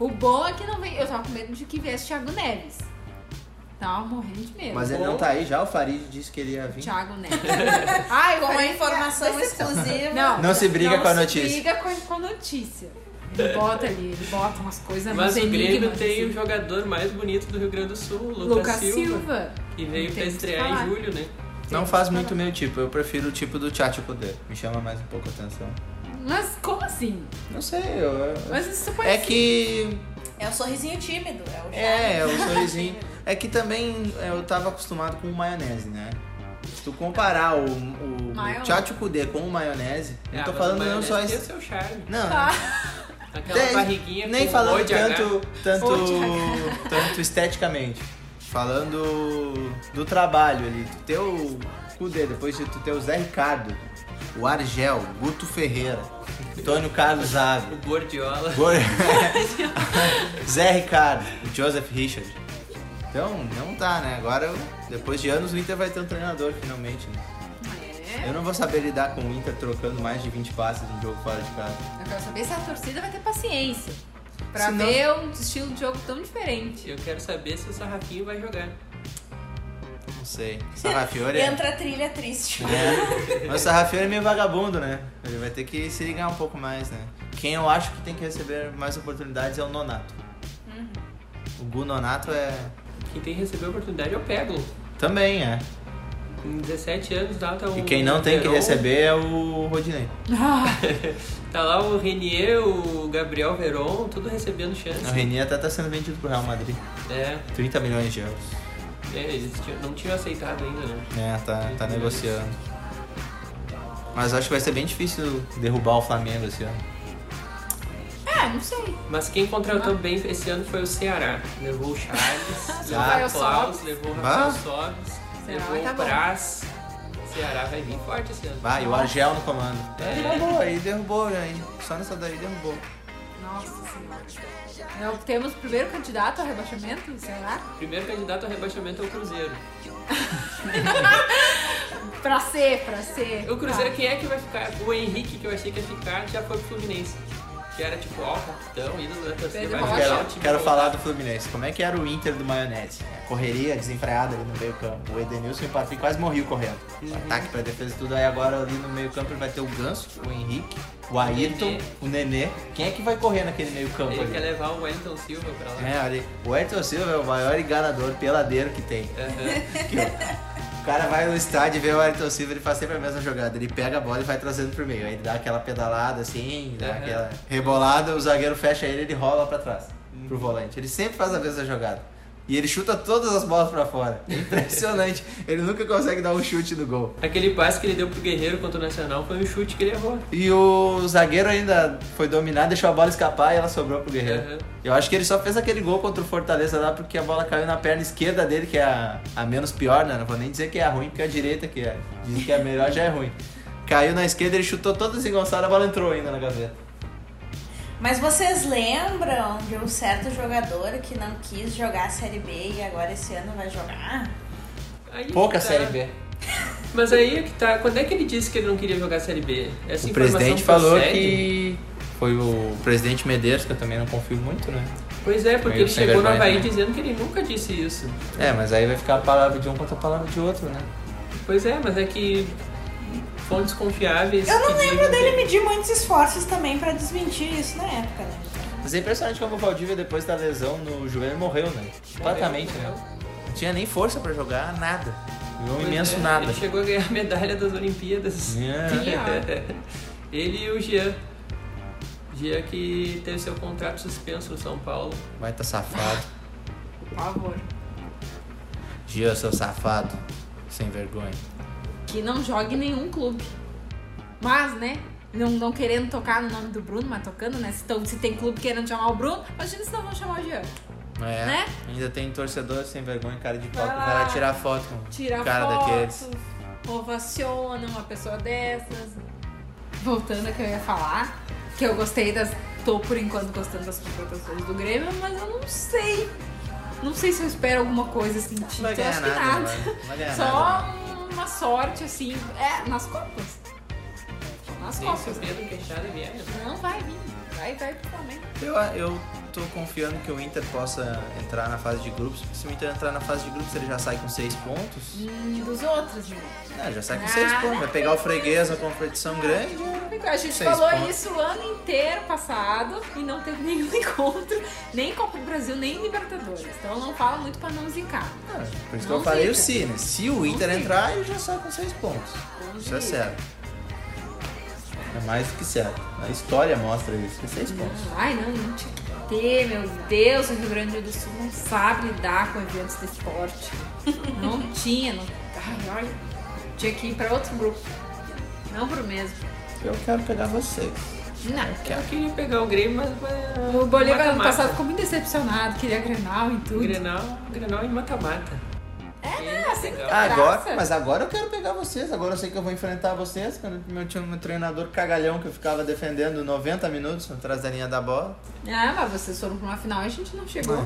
Speaker 2: O bom é que não vem. Eu tava com medo de que viesse Thiago Neves. Tava morrendo de medo.
Speaker 1: Mas ele não tá aí já, o Farid disse que ele ia vir. <laughs>
Speaker 2: Thiago Neves. Ai,
Speaker 3: Com a
Speaker 2: falei,
Speaker 3: informação exclusiva.
Speaker 2: Não,
Speaker 1: Não se briga com a notícia.
Speaker 2: Não se briga com, com a notícia. Ele bota ali, ele bota umas coisas
Speaker 4: Mas
Speaker 2: nos
Speaker 4: o Grêmio
Speaker 2: enigmas,
Speaker 4: tem o
Speaker 2: assim.
Speaker 4: jogador mais bonito do Rio Grande do Sul, o Lucas,
Speaker 2: Lucas
Speaker 4: Silva,
Speaker 2: Silva.
Speaker 4: que veio
Speaker 2: Não
Speaker 4: pra
Speaker 2: tem o que
Speaker 4: estrear
Speaker 2: falar.
Speaker 4: em julho, né?
Speaker 1: Não faz muito meu tipo, eu prefiro o tipo do Tchatcho Kudê. Me chama mais um pouco a atenção.
Speaker 2: Mas como assim?
Speaker 1: Não sei, eu. eu-
Speaker 2: Mas isso assim. pode
Speaker 1: É
Speaker 2: ser.
Speaker 1: que.
Speaker 3: É o sorrisinho tímido. É, o
Speaker 1: É, é
Speaker 3: charme.
Speaker 1: o sorrisinho. É que também é, eu tava acostumado com o maionese, né? Se tu comparar o, o, o
Speaker 2: Maionese.
Speaker 1: Tchatcho Kudê com o maionese, não
Speaker 4: Ah,
Speaker 1: tô
Speaker 4: mas
Speaker 1: falando
Speaker 4: o
Speaker 1: não
Speaker 4: Maionese
Speaker 1: só
Speaker 4: Tem é o
Speaker 1: isso.
Speaker 4: seu charme.
Speaker 1: Não,
Speaker 2: Ah,
Speaker 4: Aquela
Speaker 1: Tem-
Speaker 4: barriguinha
Speaker 1: nem
Speaker 4: com
Speaker 1: falando
Speaker 4: olho de H.
Speaker 1: tanto, tanto,
Speaker 2: Olho de
Speaker 1: tanto esteticamente. Falando do trabalho ali. Tu ter o Kudê, depois de tu ter o Zé Ricardo, o Argel, Guto Ferreira, Antônio Carlos Ave,
Speaker 4: O Gordiola.
Speaker 1: Gor- Zé Ricardo, o Joseph Richard. Então, não tá, né? Agora, depois de anos, o Inter vai ter um treinador finalmente. né?
Speaker 2: é.
Speaker 1: Eu não vou saber lidar com o Inter trocando mais de 20 passes no jogo fora de casa.
Speaker 2: Eu quero saber se a torcida vai ter paciência pra
Speaker 1: Se não-
Speaker 2: ver um estilo de jogo tão diferente.
Speaker 4: Eu quero saber se o Sarrafinho vai jogar.
Speaker 1: Não sei. Sarrafiore é...
Speaker 3: Entra a trilha triste.
Speaker 1: <laughs> é. Mas o Sarrafiore é meio vagabundo, né? Ele vai ter que se ligar um pouco mais, né? Quem eu acho que tem que receber mais oportunidades é o Nonato. O Gu Nonato é...
Speaker 4: Quem tem que receber a oportunidade é o Pego.
Speaker 1: Também é.
Speaker 4: Com 17 anos lá tá o.
Speaker 1: E quem não tem que
Speaker 4: Verón,
Speaker 1: receber é o Rodinei.
Speaker 2: Ah,
Speaker 4: <laughs> Tá lá o Renier, o Gabriel Veron, tudo recebendo chance.
Speaker 1: O Renier até tá sendo vendido pro Real Madrid.
Speaker 4: É,
Speaker 1: 30 milhões de euros.
Speaker 4: é, eles tinham- não tinham aceitado ainda, né?
Speaker 1: É, tá, tá
Speaker 4: 30
Speaker 1: negociando. Mas acho que vai ser bem difícil derrubar o Flamengo esse ano.
Speaker 2: <laughs> é, não sei.
Speaker 4: Mas quem
Speaker 2: Ah.
Speaker 4: contratou bem esse ano foi o Ceará. Levou
Speaker 2: <laughs>
Speaker 4: o Charles, levou
Speaker 1: Rafael
Speaker 4: o Klaus,
Speaker 2: Sobis.
Speaker 4: levou o
Speaker 1: Bah.
Speaker 4: Rafael Sobis,
Speaker 2: Ceará vai
Speaker 4: levou
Speaker 2: tá
Speaker 4: o
Speaker 2: bom.
Speaker 4: Brás. O Ceará vai vir forte esse ano.
Speaker 1: Vai, o Argel no comando.
Speaker 4: É.
Speaker 1: Derrubou aí, derrubou aí. Só nessa daí derrubou.
Speaker 2: Nossa senhora. É o- Temos o primeiro candidato ao rebaixamento, será?
Speaker 4: Primeiro candidato ao rebaixamento é o Cruzeiro.
Speaker 2: Pra ser, pra ser.
Speaker 4: O Cruzeiro,
Speaker 2: Tá.
Speaker 4: quem é que vai ficar? O Henrique, que eu achei que ia ficar, já foi pro Fluminense. Que era tipo, ó, capitão, ídolo da torcida.
Speaker 2: Pedro
Speaker 4: vai
Speaker 2: Rocha.
Speaker 4: virar o
Speaker 1: Quero,
Speaker 4: time
Speaker 1: quero
Speaker 4: pra
Speaker 1: falar do Fluminense. Como é que era o Inter do maionese? É, Correria desenfreada ali no meio campo. O Edenilson e o Patrick quase morriam correndo. Ataque pra defesa e tudo. Aí agora ali no meio campo ele vai ter o Ganso, o Henrique, o Ayrton,
Speaker 4: Nenê.
Speaker 1: o Nenê. Quem é que vai correr naquele meio campo
Speaker 4: Ele quer
Speaker 1: ali?
Speaker 4: levar o Wellington Silva pra lá.
Speaker 1: É, olha aí. o Ayrton Silva é o maior enganador peladeiro que tem.
Speaker 4: Aham.
Speaker 1: Que o- <laughs> O cara vai no estádio e vê o Ayrton Silva, ele faz sempre a mesma jogada. Ele pega a bola e vai trazendo pro meio. Aí ele dá aquela pedalada assim, dá
Speaker 4: Aham.
Speaker 1: aquela rebolada, o zagueiro fecha ele ele rola pra trás, pro volante. Ele sempre faz a mesma jogada. E ele chuta todas as bolas pra fora. É Impressionante. <laughs> ele nunca consegue dar um chute no gol.
Speaker 4: É Aquele passe que ele deu pro Guerreiro contra o Nacional foi um chute que ele errou.
Speaker 1: E o zagueiro ainda foi dominar, deixou a bola escapar e ela sobrou pro Guerreiro.
Speaker 4: Aham.
Speaker 1: Eu acho que ele só fez aquele gol contra o Fortaleza lá porque a bola caiu na perna esquerda dele, que é a, a menos pior, né? Não vou nem dizer que é a ruim, porque a direita que é. Dizem que a melhor já é ruim. Caiu na esquerda, ele chutou todo desengonçado, a bola entrou ainda na gaveta.
Speaker 3: Mas vocês lembram de um certo jogador que não quis jogar a Série B e agora esse ano vai jogar?
Speaker 4: Aí
Speaker 1: Pouca
Speaker 4: tá.
Speaker 1: Série B.
Speaker 4: Mas aí é que tá. Quando é que ele disse que ele não queria jogar Série B? Essa
Speaker 1: o
Speaker 4: informação
Speaker 1: presidente falou
Speaker 4: procede?
Speaker 1: que. Foi o presidente Medeiros, que eu também não confio muito, né?
Speaker 4: Pois é, porque
Speaker 1: Meio
Speaker 4: ele
Speaker 1: sem
Speaker 4: chegou no
Speaker 1: vergonha,
Speaker 4: Havaí
Speaker 1: né?
Speaker 4: dizendo que ele nunca disse isso.
Speaker 1: É, mas aí vai ficar a palavra de um contra a palavra de outro, né?
Speaker 4: Pois é, mas é que fontes confiáveis.
Speaker 3: Eu não
Speaker 4: que
Speaker 3: lembro
Speaker 4: dizem-
Speaker 3: dele medir muitos esforços também pra desmentir isso na época, né?
Speaker 1: Mas é impressionante como o Valdívia, depois da lesão no joelho, morreu, né? Completamente, né? Não tinha nem força pra jogar nada. Virou um
Speaker 4: Pois
Speaker 1: imenso
Speaker 4: é,
Speaker 1: nada.
Speaker 4: Ele chegou a ganhar a medalha das Olimpíadas.
Speaker 1: É.
Speaker 4: <laughs> ele e o Jean. Jean que teve seu contrato suspenso no São Paulo.
Speaker 1: Vai tá safado.
Speaker 2: Por favor.
Speaker 1: Gia, seu safado. Sem vergonha.
Speaker 2: Que não jogue em nenhum clube. Mas, né? Não, não querendo tocar no nome do Bruno, mas tocando, né? Se, tão- se tem clube querendo chamar o Bruno, imagina se não vão chamar o Jean.
Speaker 1: É.
Speaker 2: Né?
Speaker 1: Ainda tem torcedor sem vergonha, cara de pau,
Speaker 2: Vai
Speaker 1: que
Speaker 2: lá.
Speaker 1: vai lá tirar foto com
Speaker 2: Tira
Speaker 1: o cara
Speaker 2: foto,
Speaker 1: daqueles.
Speaker 2: ovaciona uma pessoa dessas. Voltando ao que eu ia falar, que eu gostei das. Tô por enquanto gostando das contratações do Grêmio, mas eu não sei. Não sei se eu espero alguma coisa assim,
Speaker 1: Não
Speaker 2: título,
Speaker 1: vai
Speaker 2: acho que
Speaker 1: ganhar nada,
Speaker 2: nada.
Speaker 1: mano. Não vai ganhar
Speaker 2: Só
Speaker 1: nada.
Speaker 2: uma sorte, assim, é, nas Copas. Nas
Speaker 4: Nem se o
Speaker 2: Copas. né?
Speaker 4: Pedro Queixada vier.
Speaker 2: Não vai vir. Vai, vai pro Flamengo.
Speaker 1: Eu, eu tô confiando que o Inter possa entrar na fase de grupos. porque Se o Inter entrar na fase de grupos, ele já sai com seis pontos.
Speaker 2: E Um dos outros, gente.
Speaker 1: Não, já sai com
Speaker 2: Ah,
Speaker 1: seis pontos. Vai pegar o freguês na competição grande.
Speaker 2: A gente
Speaker 1: Seis
Speaker 2: falou
Speaker 1: pontos.
Speaker 2: isso o ano inteiro passado e não teve <laughs> nenhum encontro, nem Copa do Brasil, nem Libertadores. Então não fala muito pra não zicar.
Speaker 1: É, Por isso que
Speaker 2: Não
Speaker 1: eu falei o
Speaker 2: zica.
Speaker 1: si, né? Se o Inter
Speaker 2: zica.
Speaker 1: entrar, ele já sai com seis pontos.
Speaker 2: Não
Speaker 1: Isso é
Speaker 2: zica.
Speaker 1: certo. É mais do que certo. A história mostra isso. É
Speaker 2: Uhum.
Speaker 1: seis pontos.
Speaker 2: Ai, não, não tinha que ter, meu Deus, o Rio Grande do Sul não sabe lidar com eventos
Speaker 1: <laughs>
Speaker 2: de esporte. Não tinha, não. Ai, olha. Tinha que ir pra outro grupo. Não pro mesmo.
Speaker 1: Eu quero pegar vocês.
Speaker 2: Não.
Speaker 4: Eu queria pegar é o Grêmio, mas. mas-
Speaker 2: O Bolívar ano
Speaker 4: mata-mata.
Speaker 2: passado ficou muito decepcionado, queria Grenal e tudo.
Speaker 4: Grenal, Grenal e mata-mata. É, né?
Speaker 2: assim,
Speaker 4: legal.
Speaker 1: Ah, Agora,
Speaker 2: Graça.
Speaker 1: mas agora eu quero pegar vocês. Agora eu sei que eu vou enfrentar vocês. Quando eu tinha um treinador cagalhão que eu ficava defendendo 90 minutos atrás da linha da bola.
Speaker 2: Ah, mas vocês foram pra uma final e a gente não chegou.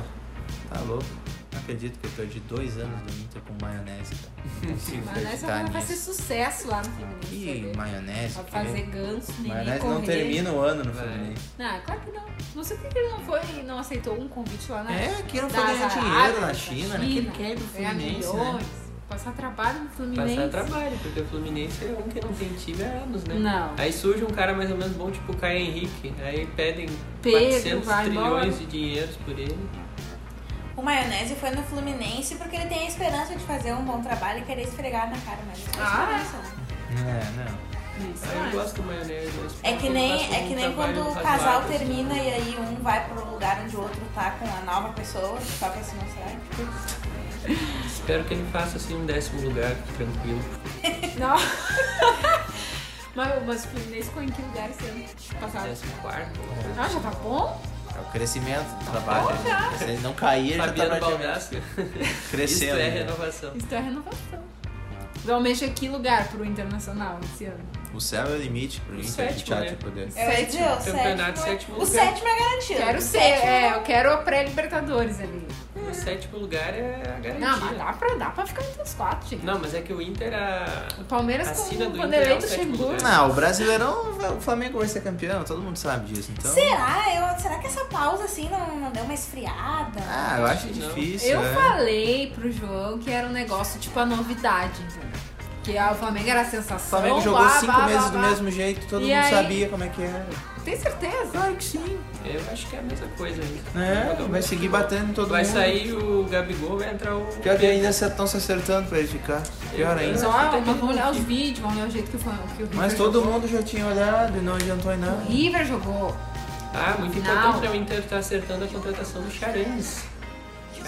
Speaker 1: Tá louco. Não acredito que eu perdi dois anos do Inter com maionese, cara. Não
Speaker 2: <laughs>
Speaker 1: consigo
Speaker 2: Mas essa
Speaker 1: acreditar
Speaker 2: vai fazer
Speaker 1: tá nisso.
Speaker 2: sucesso lá no Fluminense. quer
Speaker 1: Ih,
Speaker 2: ver?
Speaker 1: maionese.
Speaker 2: Vai
Speaker 1: quer ver?
Speaker 2: fazer ganso, neném
Speaker 1: Maionese
Speaker 2: correr.
Speaker 1: não termina o ano no
Speaker 4: Vai.
Speaker 1: Fluminense.
Speaker 2: Não, claro que não. Não sei por que ele não foi e não aceitou um convite lá na
Speaker 1: É, que não foi
Speaker 2: das
Speaker 1: ganhar dinheiro
Speaker 2: Arábias,
Speaker 1: na
Speaker 2: da
Speaker 1: China, né? Que ele quer ir pro
Speaker 2: ganhar
Speaker 1: Fluminense, né?
Speaker 2: milhões, Passar trabalho no Fluminense.
Speaker 4: Passar trabalho, porque o Fluminense é um que não tem time há anos, né?
Speaker 2: Não.
Speaker 4: Aí surge um cara mais ou menos bom, tipo o Caio Henrique. Aí pedem
Speaker 2: Pedro,
Speaker 4: 400
Speaker 2: vai
Speaker 4: trilhões
Speaker 2: embora.
Speaker 4: de dinheiros por ele.
Speaker 3: O Maionese foi no Fluminense porque ele tem a esperança de fazer um bom trabalho e querer esfregar na cara, mas não tem
Speaker 2: Ah,
Speaker 3: esperança, né?
Speaker 1: É, não.
Speaker 2: Isso, é.
Speaker 4: Aí eu
Speaker 2: mas-
Speaker 4: gosto do maionese. mas
Speaker 3: É que
Speaker 4: quando
Speaker 3: nem,
Speaker 4: passa
Speaker 3: é
Speaker 4: um
Speaker 3: que nem
Speaker 4: trabalho,
Speaker 3: quando
Speaker 4: não
Speaker 3: o
Speaker 4: faz
Speaker 3: casal
Speaker 4: nada,
Speaker 3: termina e aí um vai pro lugar onde o outro tá com a nova pessoa, só pra se mostrar.
Speaker 4: assim. Espero que ele faça assim um décimo lugar tranquilo.
Speaker 2: <laughs> Não. <laughs> mas, mas o Fluminense ficou em que lugar esse ano passado?
Speaker 4: Décimo quarto.
Speaker 2: Ah, já tá bom?
Speaker 1: É o crescimento do trabalho. né?
Speaker 2: bom, já.
Speaker 1: Se ele não cair, ele já tá
Speaker 4: Fabiano
Speaker 1: praticamente
Speaker 4: Baldassi. Isso
Speaker 1: crescendo.
Speaker 4: é
Speaker 1: né?
Speaker 4: renovação.
Speaker 2: Isso é renovação. Vão mexer que lugar pro Internacional esse ano?
Speaker 1: O céu é o limite pro
Speaker 4: O
Speaker 1: Inter
Speaker 4: sétimo,
Speaker 1: de teatro
Speaker 4: né?
Speaker 1: poder.
Speaker 3: Eu ia dizer, É o
Speaker 4: Campeonato
Speaker 3: sétimo,
Speaker 4: sétimo
Speaker 3: o
Speaker 4: lugar.
Speaker 3: sétimo é garantido.
Speaker 2: Quero
Speaker 3: O
Speaker 2: ser,
Speaker 3: sétimo-
Speaker 2: é, eu quero a pré-Libertadores ali.
Speaker 4: o sétimo lugar é a garantia.
Speaker 2: Não, mas tá. dá pra, dá pra ficar entre os quatro, gente.
Speaker 4: Não, mas é que o Inter a...
Speaker 2: O Palmeiras
Speaker 4: Acima
Speaker 2: com o
Speaker 4: do
Speaker 2: Vanderlei
Speaker 4: Inter é o sétimo
Speaker 2: Luxemburgo.
Speaker 4: lugar.
Speaker 1: Não, Ah, o Brasileirão, o Flamengo vai ser campeão, todo mundo sabe disso, então...
Speaker 3: Será? Eu- será que essa pausa assim não, não deu uma esfriada?
Speaker 1: Ah, eu acho
Speaker 4: Não.
Speaker 1: difícil,
Speaker 2: Eu
Speaker 1: é.
Speaker 2: falei pro João que era um negócio tipo a novidade, entendeu? Que ah, o Flamengo era a sensação.
Speaker 1: O Flamengo jogou
Speaker 2: blá,
Speaker 1: cinco
Speaker 2: blá,
Speaker 1: meses
Speaker 2: blá,
Speaker 1: do
Speaker 2: blá.
Speaker 1: mesmo jeito, todo
Speaker 2: E
Speaker 1: mundo
Speaker 2: aí?
Speaker 1: sabia como é que era.
Speaker 2: Tem certeza? Claro que sim.
Speaker 4: Eu acho que é a mesma coisa ainda.
Speaker 1: É, vai seguir batendo em todo
Speaker 4: Vai
Speaker 1: mundo.
Speaker 4: sair o Gabigol, vai entrar o...
Speaker 1: Pior que ainda estão se acertando pra ele ficar. Pior
Speaker 4: Eu-
Speaker 1: ainda.
Speaker 2: Só
Speaker 4: acho que
Speaker 2: ah,
Speaker 4: tem
Speaker 2: mas
Speaker 4: todo
Speaker 2: vamos olhar os
Speaker 4: mundo.
Speaker 2: vídeos, vamos olhar o jeito que o Flamengo. que o
Speaker 1: Mas
Speaker 2: River
Speaker 1: todo
Speaker 2: jogou.
Speaker 1: mundo já tinha olhado e não adiantou em nada.
Speaker 2: O River jogou.
Speaker 4: Ah, muito
Speaker 2: Final.
Speaker 4: importante é o Inter estar acertando a contratação do Charandes.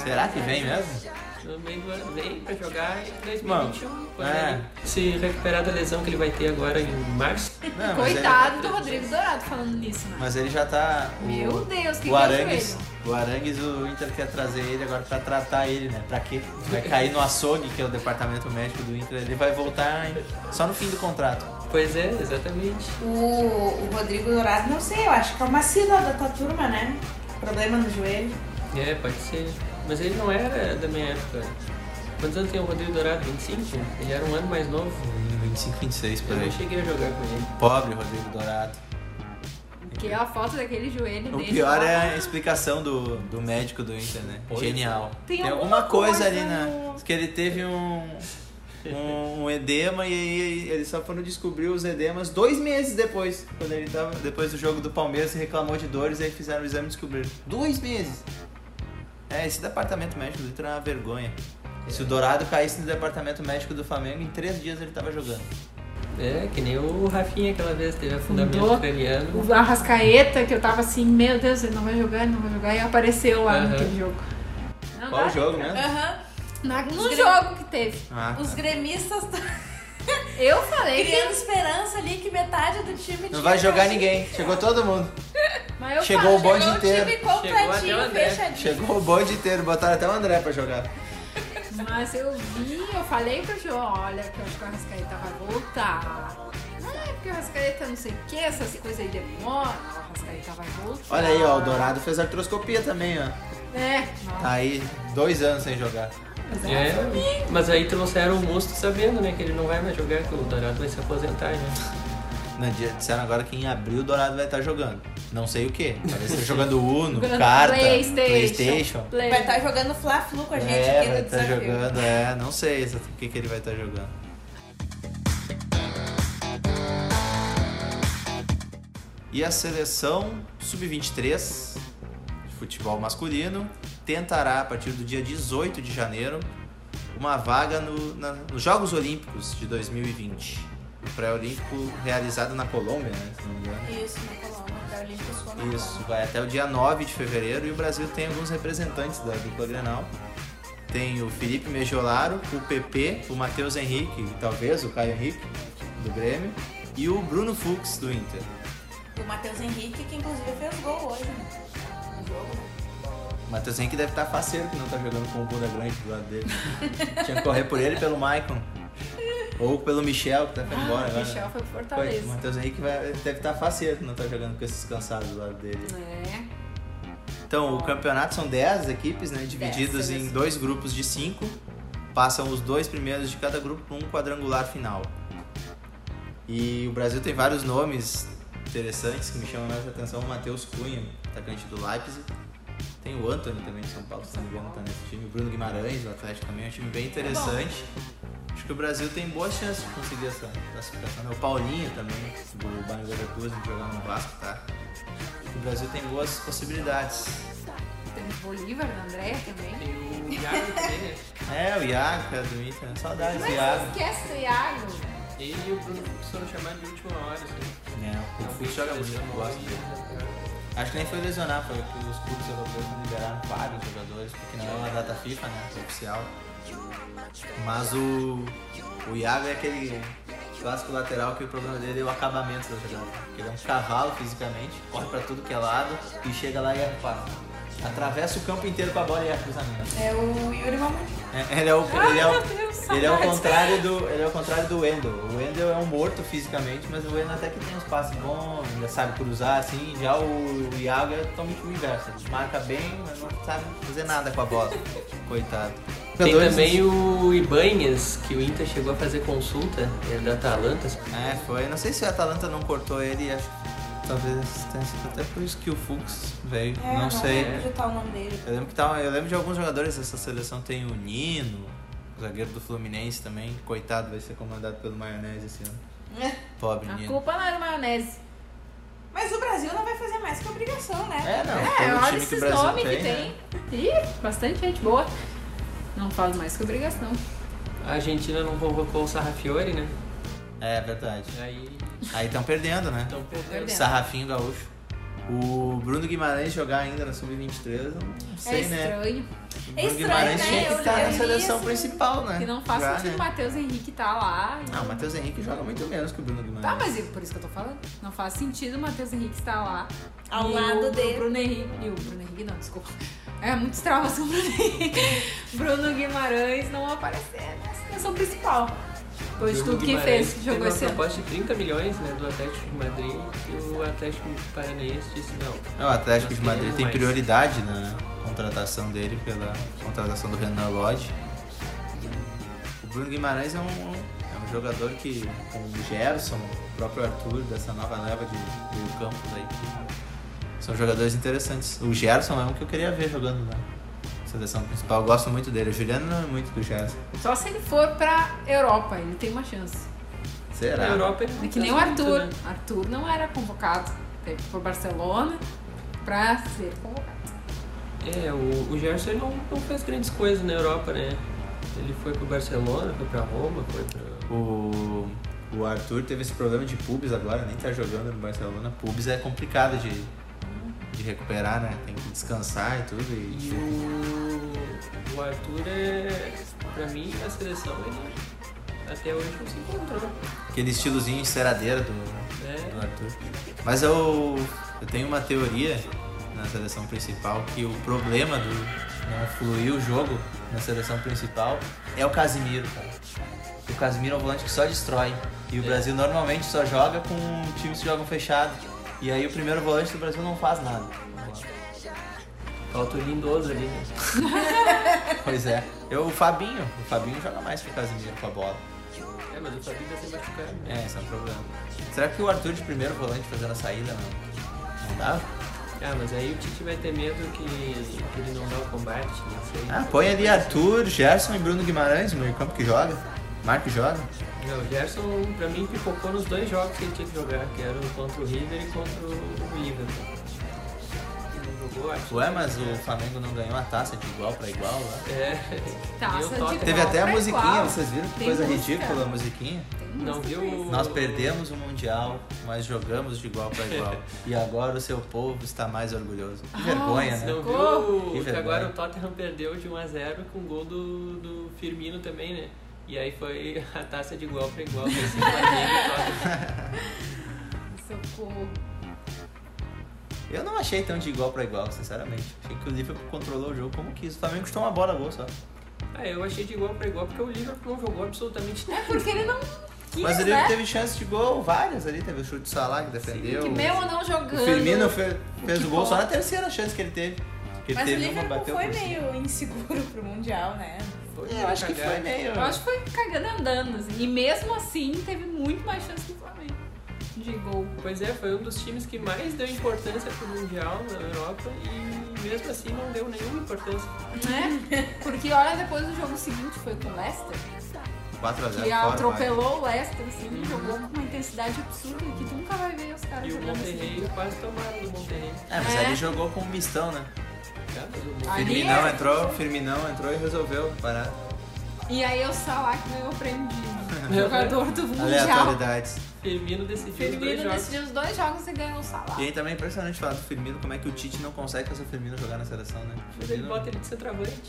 Speaker 1: Será que vem mesmo?
Speaker 4: No meio do ano vem pra jogar em 2021. por
Speaker 1: é.
Speaker 4: aí. um, Se recuperar da lesão que ele vai ter agora em março.
Speaker 1: Não, mas é
Speaker 2: Coitado
Speaker 1: ele-
Speaker 2: do Rodrigo Dourado falando nisso, né?
Speaker 1: Mas ele já tá. o-
Speaker 2: Meu Deus, que é
Speaker 1: o Arangues,
Speaker 2: joelho.
Speaker 1: o Arangues, o Inter quer trazer ele agora pra tratar ele, né? Pra quê? Vai cair no açougue, que é o departamento médico do Inter. Ele vai voltar em- só no fim do contrato.
Speaker 4: Pois é, exatamente.
Speaker 3: O, o Rodrigo Dourado, não sei, eu acho que é uma sigla da tua turma, né? Problema no joelho.
Speaker 4: É, pode ser. Mas ele não era da minha época. Quantos anos tem o Rodrigo Dourado? 25? Ele era um ano mais novo.
Speaker 1: Em 25, 26 por
Speaker 4: Eu não
Speaker 1: aí.
Speaker 4: cheguei a jogar com ele.
Speaker 1: Pobre Rodrigo Dourado.
Speaker 2: Que a foto daquele joelho
Speaker 1: O
Speaker 2: dele.
Speaker 1: pior
Speaker 2: lá.
Speaker 1: é a explicação do, do médico do Inter, né?
Speaker 4: Pois é.
Speaker 1: Genial.
Speaker 2: Tem
Speaker 1: alguma
Speaker 2: alguma
Speaker 1: coisa
Speaker 2: coisa
Speaker 1: ali, né?
Speaker 2: no-
Speaker 1: Diz Que ele teve um, um, um edema e aí ele só foram descobrir os edemas dois meses depois. Quando ele tava. Depois do jogo do Palmeiras, ele reclamou de dores e aí fizeram o exame e descobriram. Dois meses! É, esse departamento médico do Inter é uma vergonha. Se o Dourado caísse no departamento médico do Flamengo, em três dias ele tava jogando.
Speaker 4: É, que nem o Rafinha aquela vez teve afundamento
Speaker 2: Fundou.
Speaker 4: craniano.
Speaker 2: O Arrascaeta, que eu tava assim, meu Deus, ele não vai jogar, ele não vai jogar. E apareceu lá
Speaker 4: Aham.
Speaker 2: naquele jogo. Não
Speaker 1: Qual
Speaker 2: dá.
Speaker 1: o jogo mesmo?
Speaker 3: Aham.
Speaker 2: Na- no
Speaker 3: Os
Speaker 2: jogo que teve.
Speaker 1: Ah,
Speaker 3: Os
Speaker 1: tá.
Speaker 3: gremistas estão
Speaker 2: Eu falei né? que.
Speaker 3: criando esperança ali que metade do time
Speaker 1: Não
Speaker 3: tinha
Speaker 1: vai jogar
Speaker 3: perdido.
Speaker 1: ninguém. Chegou todo mundo.
Speaker 2: Mas eu
Speaker 1: Chegou o
Speaker 2: falei,
Speaker 1: bonde inteiro.
Speaker 3: time
Speaker 4: Chegou até o
Speaker 3: completinho,
Speaker 4: André.
Speaker 3: fechadinho.
Speaker 1: Chegou o bonde inteiro, botaram até o André pra jogar.
Speaker 2: Mas eu vi, eu falei pro João, olha, que eu acho que o Arrascaeta vai voltar. Ah, é porque o Arrascaeta não sei o que, essas coisas aí demoram. O Arrascaeta vai voltar.
Speaker 1: Olha aí, ó, o Dourado fez artroscopia também, ó.
Speaker 2: É,
Speaker 1: Tá aí, dois anos sem jogar.
Speaker 2: mas é.
Speaker 4: É, mas aí trouxeram o Musto sabendo, né, que ele não vai mais jogar, que o Dourado vai se aposentar, né?
Speaker 1: Não, di- disseram agora que em abril o Dourado vai estar jogando. Não sei o que. Talvez esteja jogando Uno,
Speaker 2: Jogando
Speaker 1: carta,
Speaker 2: um PlayStation.
Speaker 1: PlayStation.
Speaker 2: Play.
Speaker 3: Vai tá- estar jogando Fla-Flu com a gente
Speaker 1: É,
Speaker 3: aqui
Speaker 1: vai
Speaker 3: no
Speaker 1: estar
Speaker 3: desafio.
Speaker 1: jogando, é. Não sei exato o que, que ele vai estar jogando. E a seleção sub-23 de futebol masculino tentará, a partir do dia 18 de janeiro, uma vaga no- na- nos Jogos Olímpicos de 2020. O pré-olímpico realizado na Colômbia, né? Se não me engano.
Speaker 3: Isso, na Colômbia, pra Olímpicos foi na
Speaker 1: Isso,
Speaker 3: Colômbia.
Speaker 1: vai até o dia 9 de fevereiro e o Brasil tem alguns representantes da dupla Grenal. Tem o Felipe Mejolaro, o PP, o Matheus Henrique, e talvez o Caio Henrique, do Grêmio, e o Bruno Fux, do Inter.
Speaker 3: E O Matheus Henrique, que inclusive fez gol hoje, né? No jogo, né?
Speaker 1: O Matheus Henrique deve estar faceiro que não tá jogando com o Buda Grande do lado
Speaker 2: <laughs>
Speaker 1: dele. Tinha que correr por ele e pelo Maicon. Ou pelo Michel, que tá indo embora
Speaker 2: Ah,
Speaker 1: agora.
Speaker 2: o Michel foi pro
Speaker 1: Coitado, O
Speaker 2: Fortaleza.
Speaker 1: Matheus Henrique vai- deve estar faceiro que não tá jogando com esses cansados do lado dele.
Speaker 2: É.
Speaker 1: Então, o campeonato são 10 equipes, né? Divididas em
Speaker 2: seleções.
Speaker 1: dois grupos de 5. Passam os dois primeiros de cada grupo para um quadrangular final. E o Brasil tem vários nomes interessantes que me chamam mais a atenção. O Matheus Cunha, atacante do Leipzig. Tem o Anthony também de São Paulo, se não me engano, tá nesse time. O Bruno Guimarães, do Atlético também, é um time bem interessante. Acho que o Brasil tem boas chances de conseguir essa classificação. né? O Paulinho também, do Bayern Leverkusen, jogar no Vasco, tá? O Brasil tem boas possibilidades.
Speaker 2: Tem o Bolívar, o André também.
Speaker 4: E o Iago também, né?
Speaker 1: É, o Iago, que é do Inter. né? Saudades do
Speaker 2: Mas
Speaker 1: Iago.
Speaker 2: esquece o Iago.
Speaker 4: Ele e o Bruno Fux foram chamados de última hora, assim.
Speaker 1: É, o Fux joga muito, eu gosto dele. Acho que nem foi lesionar, foi que os clubes europeus liberaram vários jogadores, porque não é uma data FIFA, né? Oficial. Mas o, o Iago é aquele clássico lateral que o problema dele é o acabamento da jogada. Porque ele é um cavalo fisicamente, corre pra tudo que é lado e chega lá e é fácil. Atravessa o campo inteiro com a bola e é cruzamento.
Speaker 3: É o Yuri Mamute.
Speaker 1: É, ele é o,
Speaker 2: Ai,
Speaker 1: ele é o-
Speaker 2: meu Deus,
Speaker 1: ele é o
Speaker 2: saudades.
Speaker 1: contrário do, ele é o contrário do Wendel. O Wendel é um morto fisicamente, mas o Wendel até que tem uns passes bons, ainda sabe cruzar assim. Já o, o Iago é totalmente o inverso. Ele marca bem, mas não sabe fazer nada com a bola. Coitado.
Speaker 4: Tem
Speaker 1: Jogadores- assim.
Speaker 4: também o Ibanhas, que o Inter chegou a fazer consulta, ele é da Atalanta.
Speaker 1: É, foi. Não sei se o Atalanta não cortou ele, acho que talvez tenha sido até por isso que o Fux veio.
Speaker 3: É,
Speaker 1: não sei.
Speaker 3: lembro de tal o nome dele.
Speaker 1: Eu lembro, que tava, eu lembro de alguns jogadores dessa seleção, tem o Nino, zagueiro do Fluminense também, coitado, vai ser comandado pelo Maionese esse ano. Pobre
Speaker 2: A
Speaker 1: Nino.
Speaker 2: culpa não era maionese.
Speaker 3: Mas o Brasil não vai fazer mais que obrigação, né?
Speaker 1: É, não,
Speaker 2: É,
Speaker 1: todo
Speaker 2: olha
Speaker 1: time que o
Speaker 2: esses
Speaker 1: Brasil
Speaker 2: nomes
Speaker 1: tem. né?
Speaker 2: que tem. Ih, bastante gente boa. Não falo mais que obrigação.
Speaker 4: A Argentina não convocou o Sarrafiore, né?
Speaker 1: né? É verdade.
Speaker 4: Aí então,
Speaker 1: Aí estão perdendo, né?
Speaker 4: estão perdendo.
Speaker 2: Perdendo.
Speaker 1: Sarrafinho Gaúcho. O Bruno Guimarães jogar ainda na Sub-23, eu não
Speaker 2: é
Speaker 1: sei, né?
Speaker 2: estranho.
Speaker 1: O
Speaker 3: É
Speaker 1: Bruno
Speaker 3: estranho,
Speaker 1: Guimarães
Speaker 3: né?
Speaker 1: tinha que
Speaker 3: Eu-
Speaker 1: estar
Speaker 3: eu
Speaker 1: na
Speaker 3: li
Speaker 1: seleção
Speaker 3: isso,
Speaker 1: principal, né?
Speaker 2: Que não faz
Speaker 1: Já,
Speaker 2: sentido o
Speaker 1: né? Ah.
Speaker 2: Matheus Henrique tá lá. e-
Speaker 1: Não, o Matheus Henrique joga muito menos que o Bruno Guimarães.
Speaker 2: Tá, mas é por isso que eu tô falando. Não faz sentido o Matheus Henrique estar lá.
Speaker 3: Ao
Speaker 2: E
Speaker 3: lado
Speaker 2: o
Speaker 3: dele.
Speaker 2: Bruno Henrique. E o Bruno Henrique, não, desculpa. É muito extravação Bruno Henrique. <laughs> Bruno Guimarães não né? aparecer na é seleção principal. Depois de
Speaker 4: Bruno
Speaker 2: tudo que
Speaker 4: Guimarães
Speaker 2: fez, jogou
Speaker 4: teve
Speaker 2: esse
Speaker 4: uma
Speaker 2: ano.
Speaker 4: proposta de 30 milhões né, do Atlético de Madrid e o Atlético Paranaense disse não.
Speaker 1: É, O Atlético de
Speaker 4: Nós
Speaker 1: Madrid
Speaker 4: queremos
Speaker 1: tem
Speaker 4: mais.
Speaker 1: prioridade na contratação dele pela contratação do Renan Lodge. O Bruno Guimarães é um, é um jogador que, com o Gerson, o próprio Arthur, dessa nova leva de meio campo daí, que são jogadores interessantes. O Gerson é um que eu queria ver jogando na seleção principal. Eu gosto muito dele. O Juliano não é muito do Gerson.
Speaker 2: Só se ele for pra Europa, ele tem uma chance.
Speaker 1: Será?
Speaker 4: Na Europa ele não
Speaker 2: É que
Speaker 4: tá
Speaker 2: nem o
Speaker 4: muito,
Speaker 2: Arthur.
Speaker 4: né?
Speaker 2: Arthur não era convocado. Teve por Barcelona pra ser convocado.
Speaker 4: É, o, o Gerson ele não, não fez grandes coisas na Europa, né? Ele foi pro Barcelona, foi pra Roma, foi pra.
Speaker 1: O, o Arthur teve esse problema de pubis agora, nem tá jogando no Barcelona. Pubis é complicado de, de recuperar, né? Tem que descansar e tipo, tudo.
Speaker 4: E
Speaker 1: E,
Speaker 4: o, o Arthur é. Pra mim, na seleção ele até hoje não se encontrou.
Speaker 1: aquele estilozinho de ceradeira do, do
Speaker 4: Né?
Speaker 1: Arthur. Mas eu, eu tenho uma teoria na seleção principal que o problema do não fluir o jogo na seleção principal é o Casimiro, cara. O Casimiro é um volante que só destrói. E o
Speaker 4: É.
Speaker 1: Brasil normalmente só joga com times que jogam fechado. E aí o primeiro volante do Brasil não faz nada.
Speaker 4: Falta o Lindoso ali, né?
Speaker 1: Pois é. Eu, o Fabinho. O Fabinho joga mais que o Casimiro com a bola.
Speaker 4: É, mas o Fabinho tá sem machucado. né?
Speaker 1: É, esse é um problema. Será que o Arthur de primeiro volante fazendo a saída não, não dá?
Speaker 4: Ah, mas aí o Tite vai ter medo que, que ele não dá o combate, não sei.
Speaker 1: Ah, põe ali Arthur, Gerson e Bruno Guimarães, meio campo que joga. Marco joga.
Speaker 4: Não, o Gerson, pra mim, pipocou nos dois jogos que ele tinha que jogar, que eram contra o River e contra o Liverpool. Ele não jogou, acho.
Speaker 1: Ué, mas o Flamengo não ganhou a taça de igual pra igual lá.
Speaker 4: É.
Speaker 2: Taça
Speaker 4: Eu
Speaker 2: de
Speaker 4: toco.
Speaker 1: Teve
Speaker 2: Igual
Speaker 1: até a
Speaker 2: pra
Speaker 1: musiquinha,
Speaker 2: igual.
Speaker 1: vocês viram que
Speaker 2: Tem
Speaker 1: coisa
Speaker 2: música.
Speaker 1: ridícula a musiquinha?
Speaker 4: Não viu o...
Speaker 1: Nós perdemos o Mundial, mas jogamos de igual pra igual. e agora o seu povo está mais orgulhoso.
Speaker 2: Ah,
Speaker 1: Que vergonha,
Speaker 2: Nossa,
Speaker 1: né?
Speaker 4: Não
Speaker 2: Socorro!
Speaker 4: viu
Speaker 1: Que
Speaker 4: que agora
Speaker 1: vergonha.
Speaker 4: o Tottenham perdeu de 1x0 com o gol do, do Firmino também, né? E aí foi <laughs> a taça de igual pra igual. Foi assim, Flamengo e Tottenham.
Speaker 2: Socorro.
Speaker 1: Eu não achei tão de igual pra igual, sinceramente. Achei que o Liverpool controlou o jogo como quis. O Flamengo chutou uma bola boa só.
Speaker 4: Ah, eu achei de igual pra igual porque o Liverpool não jogou absolutamente nada.
Speaker 2: É porque ele não quis,
Speaker 1: Mas ele
Speaker 2: né?
Speaker 1: teve chance de gol, várias ali. Teve o chute do Salah que defendeu.
Speaker 2: Que mesmo não
Speaker 1: O
Speaker 2: jogando.
Speaker 1: Firmino fe- fez
Speaker 2: que
Speaker 1: o gol só
Speaker 2: pode.
Speaker 1: na terceira chance que ele teve. Que ele
Speaker 3: Mas o
Speaker 1: teve uma,
Speaker 3: Liverpool
Speaker 1: bateu
Speaker 3: foi
Speaker 1: por cima.
Speaker 3: meio inseguro pro Mundial, né?
Speaker 4: Foi
Speaker 1: É, eu acho que
Speaker 4: cagada.
Speaker 1: foi meio.
Speaker 2: Eu acho que foi cagando andando, assim. E mesmo assim, teve muito mais chance que o Flamengo de gol.
Speaker 4: Pois é, foi um dos times que mais deu importância pro Mundial na Europa e mesmo assim não deu nenhuma importância. <laughs>
Speaker 2: Né? Porque olha, depois do jogo seguinte foi com o Leicester,
Speaker 1: 4x0.
Speaker 2: que atropelou o Leicester, assim, jogou com uma intensidade absurda que tu nunca vai ver os caras
Speaker 4: E o
Speaker 2: jogando assim.
Speaker 4: Monterrey quase tomaram do Monterrey.
Speaker 1: É, mas
Speaker 2: É.
Speaker 1: ali jogou com um mistão, né?
Speaker 4: Ah, mas o
Speaker 2: Ali
Speaker 1: Firminão
Speaker 2: é.
Speaker 1: entrou, Firminão entrou e resolveu parar.
Speaker 2: E aí o Salah que ganhou o prêmio
Speaker 4: <laughs>
Speaker 2: de jogador do Mundial.
Speaker 1: Aleatoriedades.
Speaker 4: Firmino decidiu os dois
Speaker 2: Firmino
Speaker 4: jogos.
Speaker 2: decidiu os dois jogos um e ganhou o Salah.
Speaker 1: E aí também é impressionante falar do Firmino, como é que o Tite não consegue fazer o Firmino jogar na seleção, né?
Speaker 4: Mas ele
Speaker 1: Firmino-
Speaker 4: bota ele de centroavante.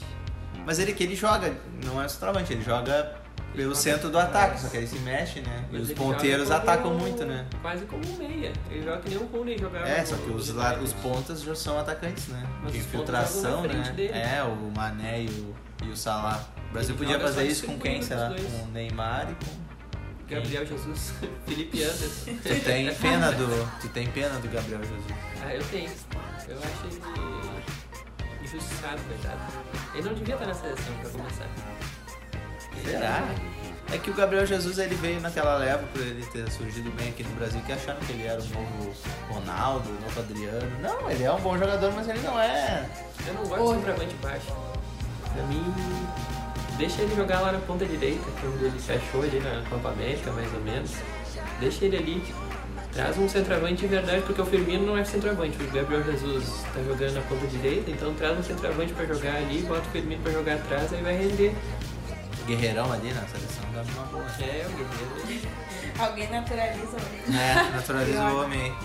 Speaker 1: Mas ele que ele joga, não é centroavante, ele joga pelo centro do ataque, só que aí se mexe, né? E
Speaker 4: Mas
Speaker 1: os
Speaker 4: ele
Speaker 1: ponteiros
Speaker 4: joga como-
Speaker 1: atacam muito, né?
Speaker 4: Quase como um meia. Ele joga que nem o Rooney jogava.
Speaker 1: É,
Speaker 4: no-
Speaker 1: só que os,
Speaker 4: no
Speaker 1: la-
Speaker 4: United.
Speaker 1: os pontas já são atacantes, né?
Speaker 4: Mas
Speaker 1: De
Speaker 4: os pontas jogam
Speaker 1: infiltração,
Speaker 4: na
Speaker 1: né?
Speaker 4: frente dele.
Speaker 1: É, o Mané e o, e o Salah. O Brasil
Speaker 4: Ele
Speaker 1: podia
Speaker 4: joga
Speaker 1: fazer
Speaker 4: só
Speaker 1: isso com quem,
Speaker 4: distribuindo
Speaker 1: sei lá?
Speaker 4: pros dois.
Speaker 1: Com o Neymar e com...
Speaker 4: Gabriel Jesus, <laughs>
Speaker 1: <laughs>
Speaker 4: Felipe Anderson.
Speaker 1: Tu
Speaker 4: <laughs>
Speaker 1: tem pena do, tu tem pena do Gabriel Jesus.
Speaker 4: Ah, eu tenho. Eu acho ele injustiçado, coitado. Ele não devia estar na seleção pra começar.
Speaker 1: Será? É que o Gabriel Jesus ele veio naquela leva por ele ter surgido bem aqui no Brasil, que acharam que ele era o novo Ronaldo, o novo Adriano. Não, ele é um bom jogador, mas ele não é.
Speaker 4: Eu não gosto de centroavante baixo. Pra mim, deixa ele jogar lá na ponta direita, que é onde ele se achou ali na Copa América, mais ou menos. Deixa ele ali. Traz um centroavante de verdade, porque o Firmino não é centroavante. O Gabriel Jesus tá jogando na ponta direita, então traz um centroavante pra jogar ali, bota o Firmino pra jogar atrás, aí vai render.
Speaker 1: Guerreirão ali na seleção dá uma boa. né?
Speaker 4: É, o Guerreiro.
Speaker 3: Alguém naturaliza
Speaker 1: <laughs>
Speaker 3: o
Speaker 1: É, naturaliza
Speaker 3: Pior.
Speaker 1: o homem aí.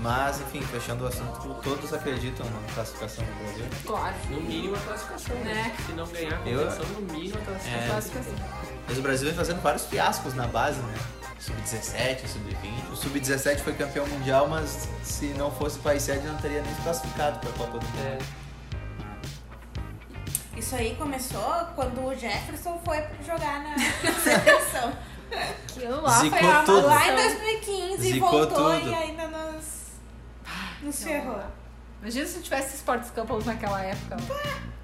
Speaker 1: Mas, enfim, fechando o assunto, todos acreditam na classificação do Brasil.
Speaker 2: Claro.
Speaker 4: No mínimo a classificação, né?
Speaker 2: Né?
Speaker 4: Se não ganhar a
Speaker 1: Eu-
Speaker 4: competição, no mínimo a classificação.
Speaker 1: É.
Speaker 2: Classificação.
Speaker 1: Mas o Brasil vem fazendo vários fiascos na base, né? Sub-17, Sub-20. O Sub-17 foi campeão mundial, mas se não fosse país sede, não teria nem se classificado pra Copa do Mundo.
Speaker 4: É.
Speaker 3: Isso aí começou quando o Jefferson foi jogar na
Speaker 1: <laughs>
Speaker 3: seleção.
Speaker 2: Aquilo lá
Speaker 1: Zicou
Speaker 2: foi uma
Speaker 1: tudo.
Speaker 3: Lá em
Speaker 2: maldição.
Speaker 3: 2015
Speaker 1: Zicou
Speaker 3: voltou
Speaker 1: tudo.
Speaker 3: e ainda nos, nos ferrou.
Speaker 2: Imagina se tivesse Sports Campos naquela época.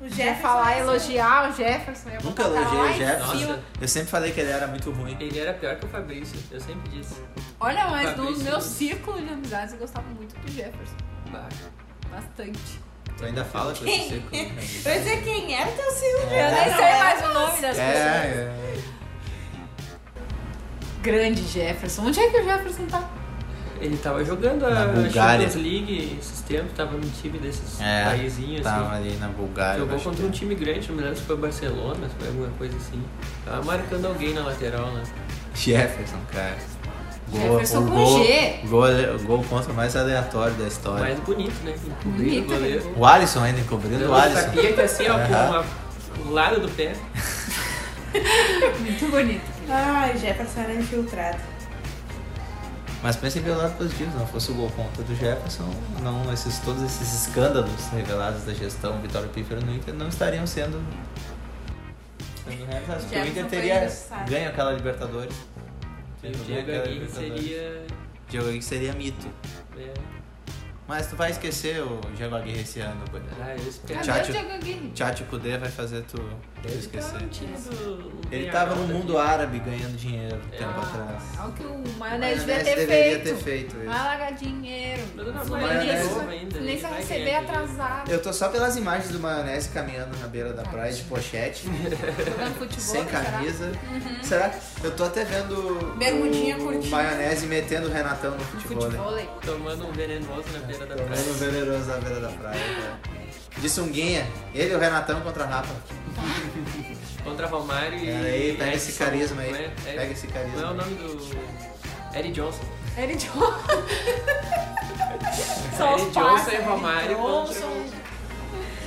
Speaker 3: O
Speaker 2: Já
Speaker 3: Jefferson é assim.
Speaker 2: falar,
Speaker 3: ia ser-
Speaker 2: elogiar o Jefferson. ia
Speaker 1: Nunca
Speaker 2: botar lá
Speaker 1: elogiei o
Speaker 2: em
Speaker 1: Jefferson.
Speaker 2: cima.
Speaker 4: É. Nossa,
Speaker 1: Eu sempre falei que ele era muito ruim.
Speaker 4: ele era pior que o Fabrício, eu sempre disse.
Speaker 2: Olha, mas no
Speaker 4: Fabrício.
Speaker 2: meu círculo de amizades eu gostava muito do Jefferson.
Speaker 4: Bah.
Speaker 2: Bastante.
Speaker 1: Tu ainda fala com
Speaker 3: Quem?
Speaker 1: esse seco, né?
Speaker 3: Eu ia dizer quem é, era o teu Silvio.
Speaker 2: Eu nem
Speaker 3: Não
Speaker 2: sei
Speaker 3: era.
Speaker 2: mais o nome das pessoas.
Speaker 1: É, é.
Speaker 2: Grande Jefferson. Onde é que o Jefferson tá?
Speaker 4: Ele tava jogando a
Speaker 1: Na Bulgária.
Speaker 4: Champions League esses tempos, tava num time desses
Speaker 1: É,
Speaker 4: paizinhos,
Speaker 1: Tava
Speaker 4: assim.
Speaker 1: ali na Bulgária. eu
Speaker 4: Jogou
Speaker 1: acho
Speaker 4: contra
Speaker 1: que é.
Speaker 4: um time grande, não me lembro se foi o Barcelona, se foi alguma coisa assim. Tava marcando alguém na lateral né? lá.
Speaker 1: é. Jefferson, cara.
Speaker 2: Jefferson
Speaker 1: o
Speaker 2: com
Speaker 1: gol,
Speaker 2: G.
Speaker 1: Gol, o gol contra mais aleatório da história.
Speaker 4: Mais bonito, né? Encobrindo o
Speaker 2: Bonito, né?
Speaker 4: goleiro.
Speaker 1: O Alisson ainda encobrindo o Alisson.
Speaker 4: Sabia que assim, ó, com
Speaker 1: Aham.
Speaker 4: uma- o lado do pé.
Speaker 2: Muito bonito.
Speaker 3: Ai, o Jefferson era infiltrado.
Speaker 1: Mas pensem pelo lado positivo, se não fosse o gol contra do Jefferson, não, esses, todos esses escândalos revelados da gestão Vitório Pífero no Inter não estariam sendo. sendo realizados. Porque o
Speaker 3: Jefferson
Speaker 1: Inter
Speaker 3: foi
Speaker 1: teria
Speaker 3: injustiçado.
Speaker 1: ganho aquela Libertadores.
Speaker 4: O
Speaker 1: Teria
Speaker 4: Diego
Speaker 1: ganho aquela
Speaker 4: Aguirre
Speaker 1: Libertadores.
Speaker 4: seria.
Speaker 1: Diego Aguirre seria mito.
Speaker 4: é,
Speaker 1: Mas tu vai esquecer o Diego Aguirre esse ano, é. Boi.
Speaker 4: ah, eu espero.
Speaker 1: Tchau.
Speaker 2: Cadê o
Speaker 1: Tchatcho.
Speaker 2: Diego Aguirre?
Speaker 1: Tchatcho Kudê vai fazer tu, tu
Speaker 4: Ele tava
Speaker 1: esquecer.
Speaker 4: no tá um time do- do
Speaker 1: Ele
Speaker 4: Penharol
Speaker 1: tava no
Speaker 4: daqui.
Speaker 1: mundo árabe ganhando dinheiro um
Speaker 4: É.
Speaker 1: tempo
Speaker 2: Ah,
Speaker 1: atrás.
Speaker 2: Algo que o
Speaker 1: O
Speaker 2: Maionese devia
Speaker 1: Maionese
Speaker 2: ter
Speaker 1: deveria
Speaker 2: feito.
Speaker 1: ter feito isso.
Speaker 2: Vai largar dinheiro.
Speaker 4: Mas não
Speaker 2: Os
Speaker 4: vai
Speaker 1: ganhar
Speaker 2: maioneses
Speaker 1: novo
Speaker 4: ainda,
Speaker 2: Nem
Speaker 4: ele
Speaker 2: se
Speaker 4: vai
Speaker 2: receber
Speaker 4: ganhar dinheiro.
Speaker 2: atrasado.
Speaker 1: Eu tô só pelas imagens do maionese caminhando na beira da praia de pochete, <laughs>
Speaker 2: Jogando futebol.
Speaker 1: sem
Speaker 2: né, será?
Speaker 1: camisa. Será? Eu tô até vendo
Speaker 3: Bermudinha
Speaker 1: o
Speaker 3: curtinha.
Speaker 1: maionese metendo o Renatão no futebol. né?
Speaker 2: Futebol. hein?
Speaker 4: Tomando um venenoso na beira da
Speaker 1: Tomando um
Speaker 4: praia.
Speaker 1: veneroso na beira da praia. cara. De sunguinha, ele e o Renatão contra a Rafa.
Speaker 4: Contra Romário e.
Speaker 1: Pera aí, pega esse
Speaker 4: Edson,
Speaker 1: carisma aí.
Speaker 4: não é? É-
Speaker 1: Pega esse carisma.
Speaker 4: Não é o nome do. Eric Johnson.
Speaker 2: Eric
Speaker 4: <laughs>
Speaker 2: Johnson. Só
Speaker 4: Eric
Speaker 2: os
Speaker 4: Johnson
Speaker 2: passos.
Speaker 4: e Romário contra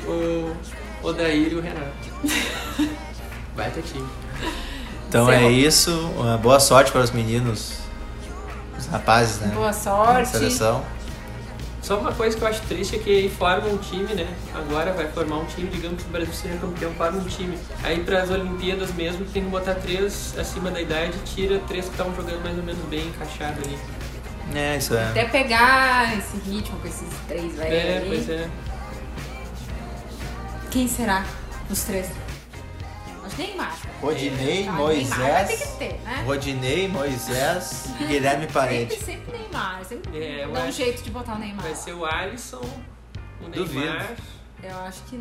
Speaker 4: o Odair e o Renato. <laughs> Vai ter time.
Speaker 1: Então
Speaker 2: Encerrou.
Speaker 1: é isso. Uma boa sorte para os meninos, os rapazes, né?
Speaker 2: Boa
Speaker 1: Na
Speaker 2: sorte.
Speaker 1: Seleção.
Speaker 4: Só uma coisa que eu acho triste é que forma um time, né? Agora vai formar um time, digamos que o Brasil seja campeão, forma um time. Aí para as Olimpíadas mesmo tem que botar três acima da idade e tira três que estavam jogando mais ou menos bem encaixado ali.
Speaker 1: É, isso é.
Speaker 2: Até pegar esse ritmo com esses três velhos.
Speaker 4: É,
Speaker 2: aí.
Speaker 4: pois é.
Speaker 2: Quem será os três? Acho que Neymar.
Speaker 4: É.
Speaker 1: Rodinei,
Speaker 2: Tá, Neymar vai ter
Speaker 1: Moisés.
Speaker 2: que ter, né?
Speaker 1: Rodinei, Moisés e Guilherme
Speaker 2: Sempre,
Speaker 1: Parente.
Speaker 2: sempre Neymar. Sempre
Speaker 4: É, eu
Speaker 2: dá um
Speaker 4: acho-
Speaker 2: jeito de botar o Neymar.
Speaker 4: Vai ser o Alisson, o Neymar.
Speaker 1: Duvido.
Speaker 2: Eu acho que.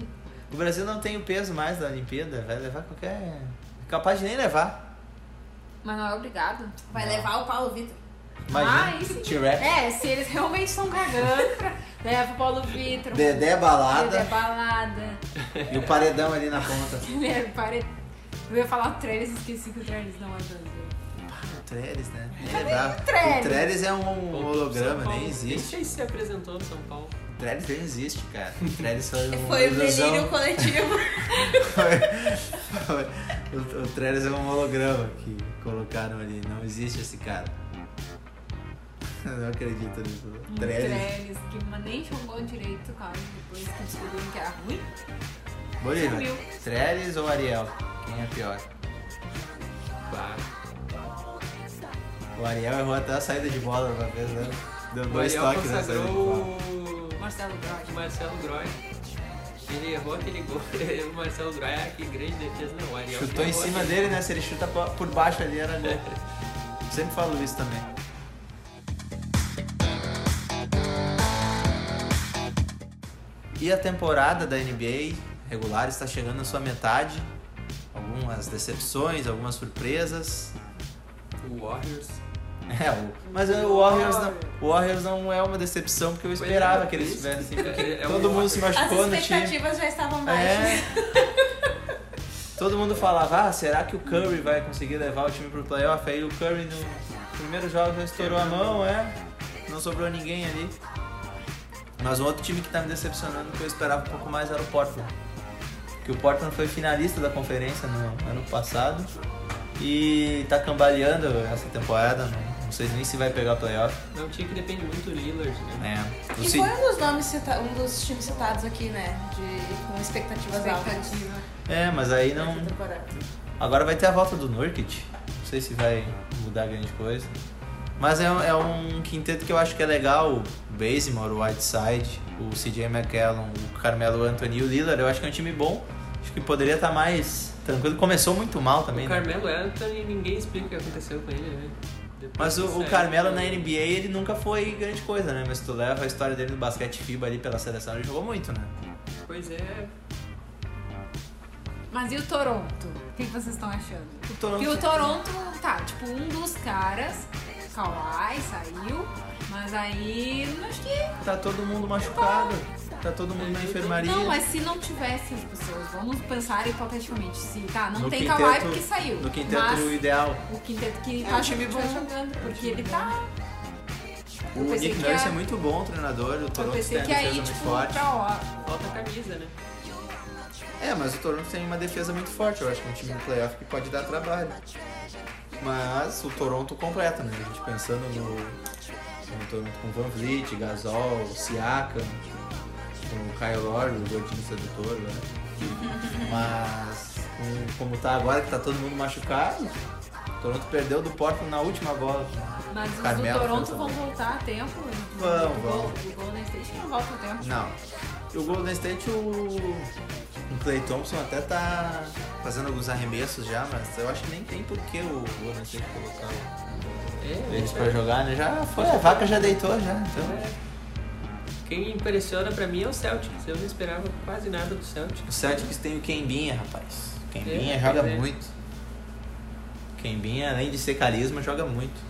Speaker 1: O Brasil não tem o peso mais da Olimpíada, vai levar qualquer. é Capaz de nem levar.
Speaker 2: Mas não é obrigado.
Speaker 3: Vai levar o Paulo Vitor.
Speaker 2: Ah,
Speaker 1: Imagina.
Speaker 2: isso sim.
Speaker 1: T-Rex.
Speaker 2: É, se eles realmente estão cagando, pra- leva o Paulo Vitor.
Speaker 1: Dedé balada
Speaker 2: Dedé Balada. <laughs>
Speaker 1: e o paredão ali na ponta.
Speaker 2: Guilherme Pare... Eu ia falar o Trellis, esqueci que o Trellis não é brasileiro.
Speaker 1: O Trellis, né? Nem lembrava.
Speaker 2: Trellis?
Speaker 1: O Trellis é um
Speaker 4: Ou São
Speaker 1: holograma,
Speaker 4: Paulo.
Speaker 1: nem existe.
Speaker 4: Deixa ele se apresentou no São Paulo.
Speaker 1: O Trellis nem existe,
Speaker 2: <laughs>
Speaker 1: cara. O Trellis foi um uma
Speaker 3: Foi o
Speaker 1: ilusão.
Speaker 3: delírio coletivo.
Speaker 1: Foi- foi- <laughs> O, o Trellis é um holograma que colocaram ali. Não existe esse cara. Eu não acredito nisso. Trellis.
Speaker 2: Hum, Um Trellis, que mas nem jogou direito, cara, depois que descobriram que era ruim.
Speaker 1: Bolívar.
Speaker 2: Sumiu.
Speaker 1: Trellis ou Ariel? Quem é pior?
Speaker 4: Bah.
Speaker 1: O Ariel errou até a saída de bola uma vez, né? Deu
Speaker 4: O
Speaker 1: dois
Speaker 4: Ariel
Speaker 1: toques na saída de bola.
Speaker 4: consagrou o
Speaker 2: Marcelo Grotti.
Speaker 4: Marcelo Groy. Ele errou aquele gol. <laughs> O Marcelo Groy, ah, que grande defesa, não. O Ariel
Speaker 1: Chutou em
Speaker 4: errou
Speaker 1: cima
Speaker 4: aquele-
Speaker 1: dele, né? Se ele chuta po- por baixo ali, era gol. Sempre falo isso também. E a temporada da NBA regular está chegando à sua metade. Algumas decepções, algumas surpresas. <laughs>
Speaker 4: O Warriors.
Speaker 1: É, o- mas o Warriors, não, o Warriors não é uma decepção porque eu esperava que eles tivessem. Porque
Speaker 4: É um
Speaker 1: todo mundo se
Speaker 3: As
Speaker 1: machucou no time.
Speaker 3: expectativas já estavam baixas.
Speaker 1: É. <laughs> Todo mundo falava, ah, será que o Curry vai conseguir levar o time pro playoff? Aí o Curry no primeiro jogo já estourou a mão, é. Não sobrou ninguém ali. Mas um outro time que tá me decepcionando, que eu esperava um pouco mais, era o Portland. Que o Portland foi finalista da conferência no ano passado. E tá cambaleando essa temporada, não, não sei nem se vai pegar playoff.
Speaker 4: É um time que depende muito do Lillard, né?
Speaker 1: É. O
Speaker 3: Que
Speaker 1: Ci-
Speaker 3: foi um dos nomes cita- um dos times citados aqui, né? De, com expectativas altas.
Speaker 2: Expectativa.
Speaker 1: É, mas aí não.
Speaker 3: Essa temporada.
Speaker 1: Agora vai ter a volta do Nurkic. Não sei se vai mudar grande coisa. Mas é, um- é um quinteto que eu acho que é legal. O Basemore, o Whiteside, o CJ McCallum, o Carmelo Anthony e o Lillard. Eu acho que é um time bom. Acho que poderia estar mais tranquilo. Começou muito mal também,
Speaker 4: O
Speaker 1: né?
Speaker 4: Carmelo Anthony, ninguém explica o que aconteceu com ele, né? Depois
Speaker 1: Mas
Speaker 4: que
Speaker 1: o, o
Speaker 4: saiu,
Speaker 2: é.
Speaker 4: né?
Speaker 1: Carmelo na NBA, ele nunca foi grande coisa, né? Mas tu leva a história dele no basquete FIBA ali pela seleção, ele jogou muito, né?
Speaker 4: Pois é.
Speaker 2: Mas e o Toronto? O que vocês estão achando?
Speaker 1: O Toronto-
Speaker 2: Porque o Toronto, tá, tipo, um dos caras, Kawhi, saiu, mas aí, acho que...
Speaker 1: Tá todo mundo machucado. Tá todo mundo na enfermaria.
Speaker 2: Não, mas se não tivesse as pessoas, vamos pensar hipoteticamente, se, tá, não
Speaker 1: No
Speaker 2: tem
Speaker 1: quinteto-
Speaker 2: Kawhi porque saiu,
Speaker 1: No quinteto
Speaker 2: mas
Speaker 1: ideal.
Speaker 2: o quinteto que
Speaker 1: É
Speaker 2: tá
Speaker 1: um time bom.
Speaker 2: jogando, porque ele tá...
Speaker 1: O
Speaker 2: Eu pensei
Speaker 1: Nick
Speaker 2: que
Speaker 1: Nurse
Speaker 2: a-
Speaker 1: é muito bom treinador, o
Speaker 2: Eu
Speaker 1: Toronto tem
Speaker 2: pensei
Speaker 1: uma
Speaker 2: que
Speaker 1: defesa
Speaker 2: aí,
Speaker 1: muito
Speaker 2: tipo,
Speaker 1: forte.
Speaker 2: tá, ó,
Speaker 4: Falta a camisa, né?
Speaker 1: É, mas o Toronto tem uma defesa muito forte, eu acho que é um time no playoff que pode dar trabalho. Mas o Toronto completa, né? A gente pensando no, no Toronto com Van Vliet, Gasol, Siakam, com o Kyle Lowry, o gordinho sedutor,
Speaker 2: <laughs>
Speaker 1: né? Mas com- como tá agora, que tá todo mundo machucado, o Toronto perdeu do Portland na última bola. né?
Speaker 2: Mas os
Speaker 1: Carmelo
Speaker 2: do Toronto
Speaker 1: fez
Speaker 2: vão
Speaker 1: também.
Speaker 2: voltar a tempo?
Speaker 1: Vão,
Speaker 2: O
Speaker 1: vão.
Speaker 2: Gol- O Golden State não volta a tempo.
Speaker 1: Não. E O Golden State, o, o Clay Thompson até tá fazendo alguns arremessos já, mas eu acho que nem tem por que o Golden State colocar o-
Speaker 4: É,
Speaker 1: eles
Speaker 4: é.
Speaker 1: pra jogar, né? Já foi, a vaca já deitou já, então...
Speaker 4: É. Quem impressiona pra mim é o Celtics. Eu não esperava quase nada do
Speaker 1: O
Speaker 4: Celtics.
Speaker 1: Celtics tem o Kembinha, rapaz. O Kembinha
Speaker 4: É,
Speaker 1: joga
Speaker 4: é.
Speaker 1: muito. O Kembinha, além de ser carisma, joga muito.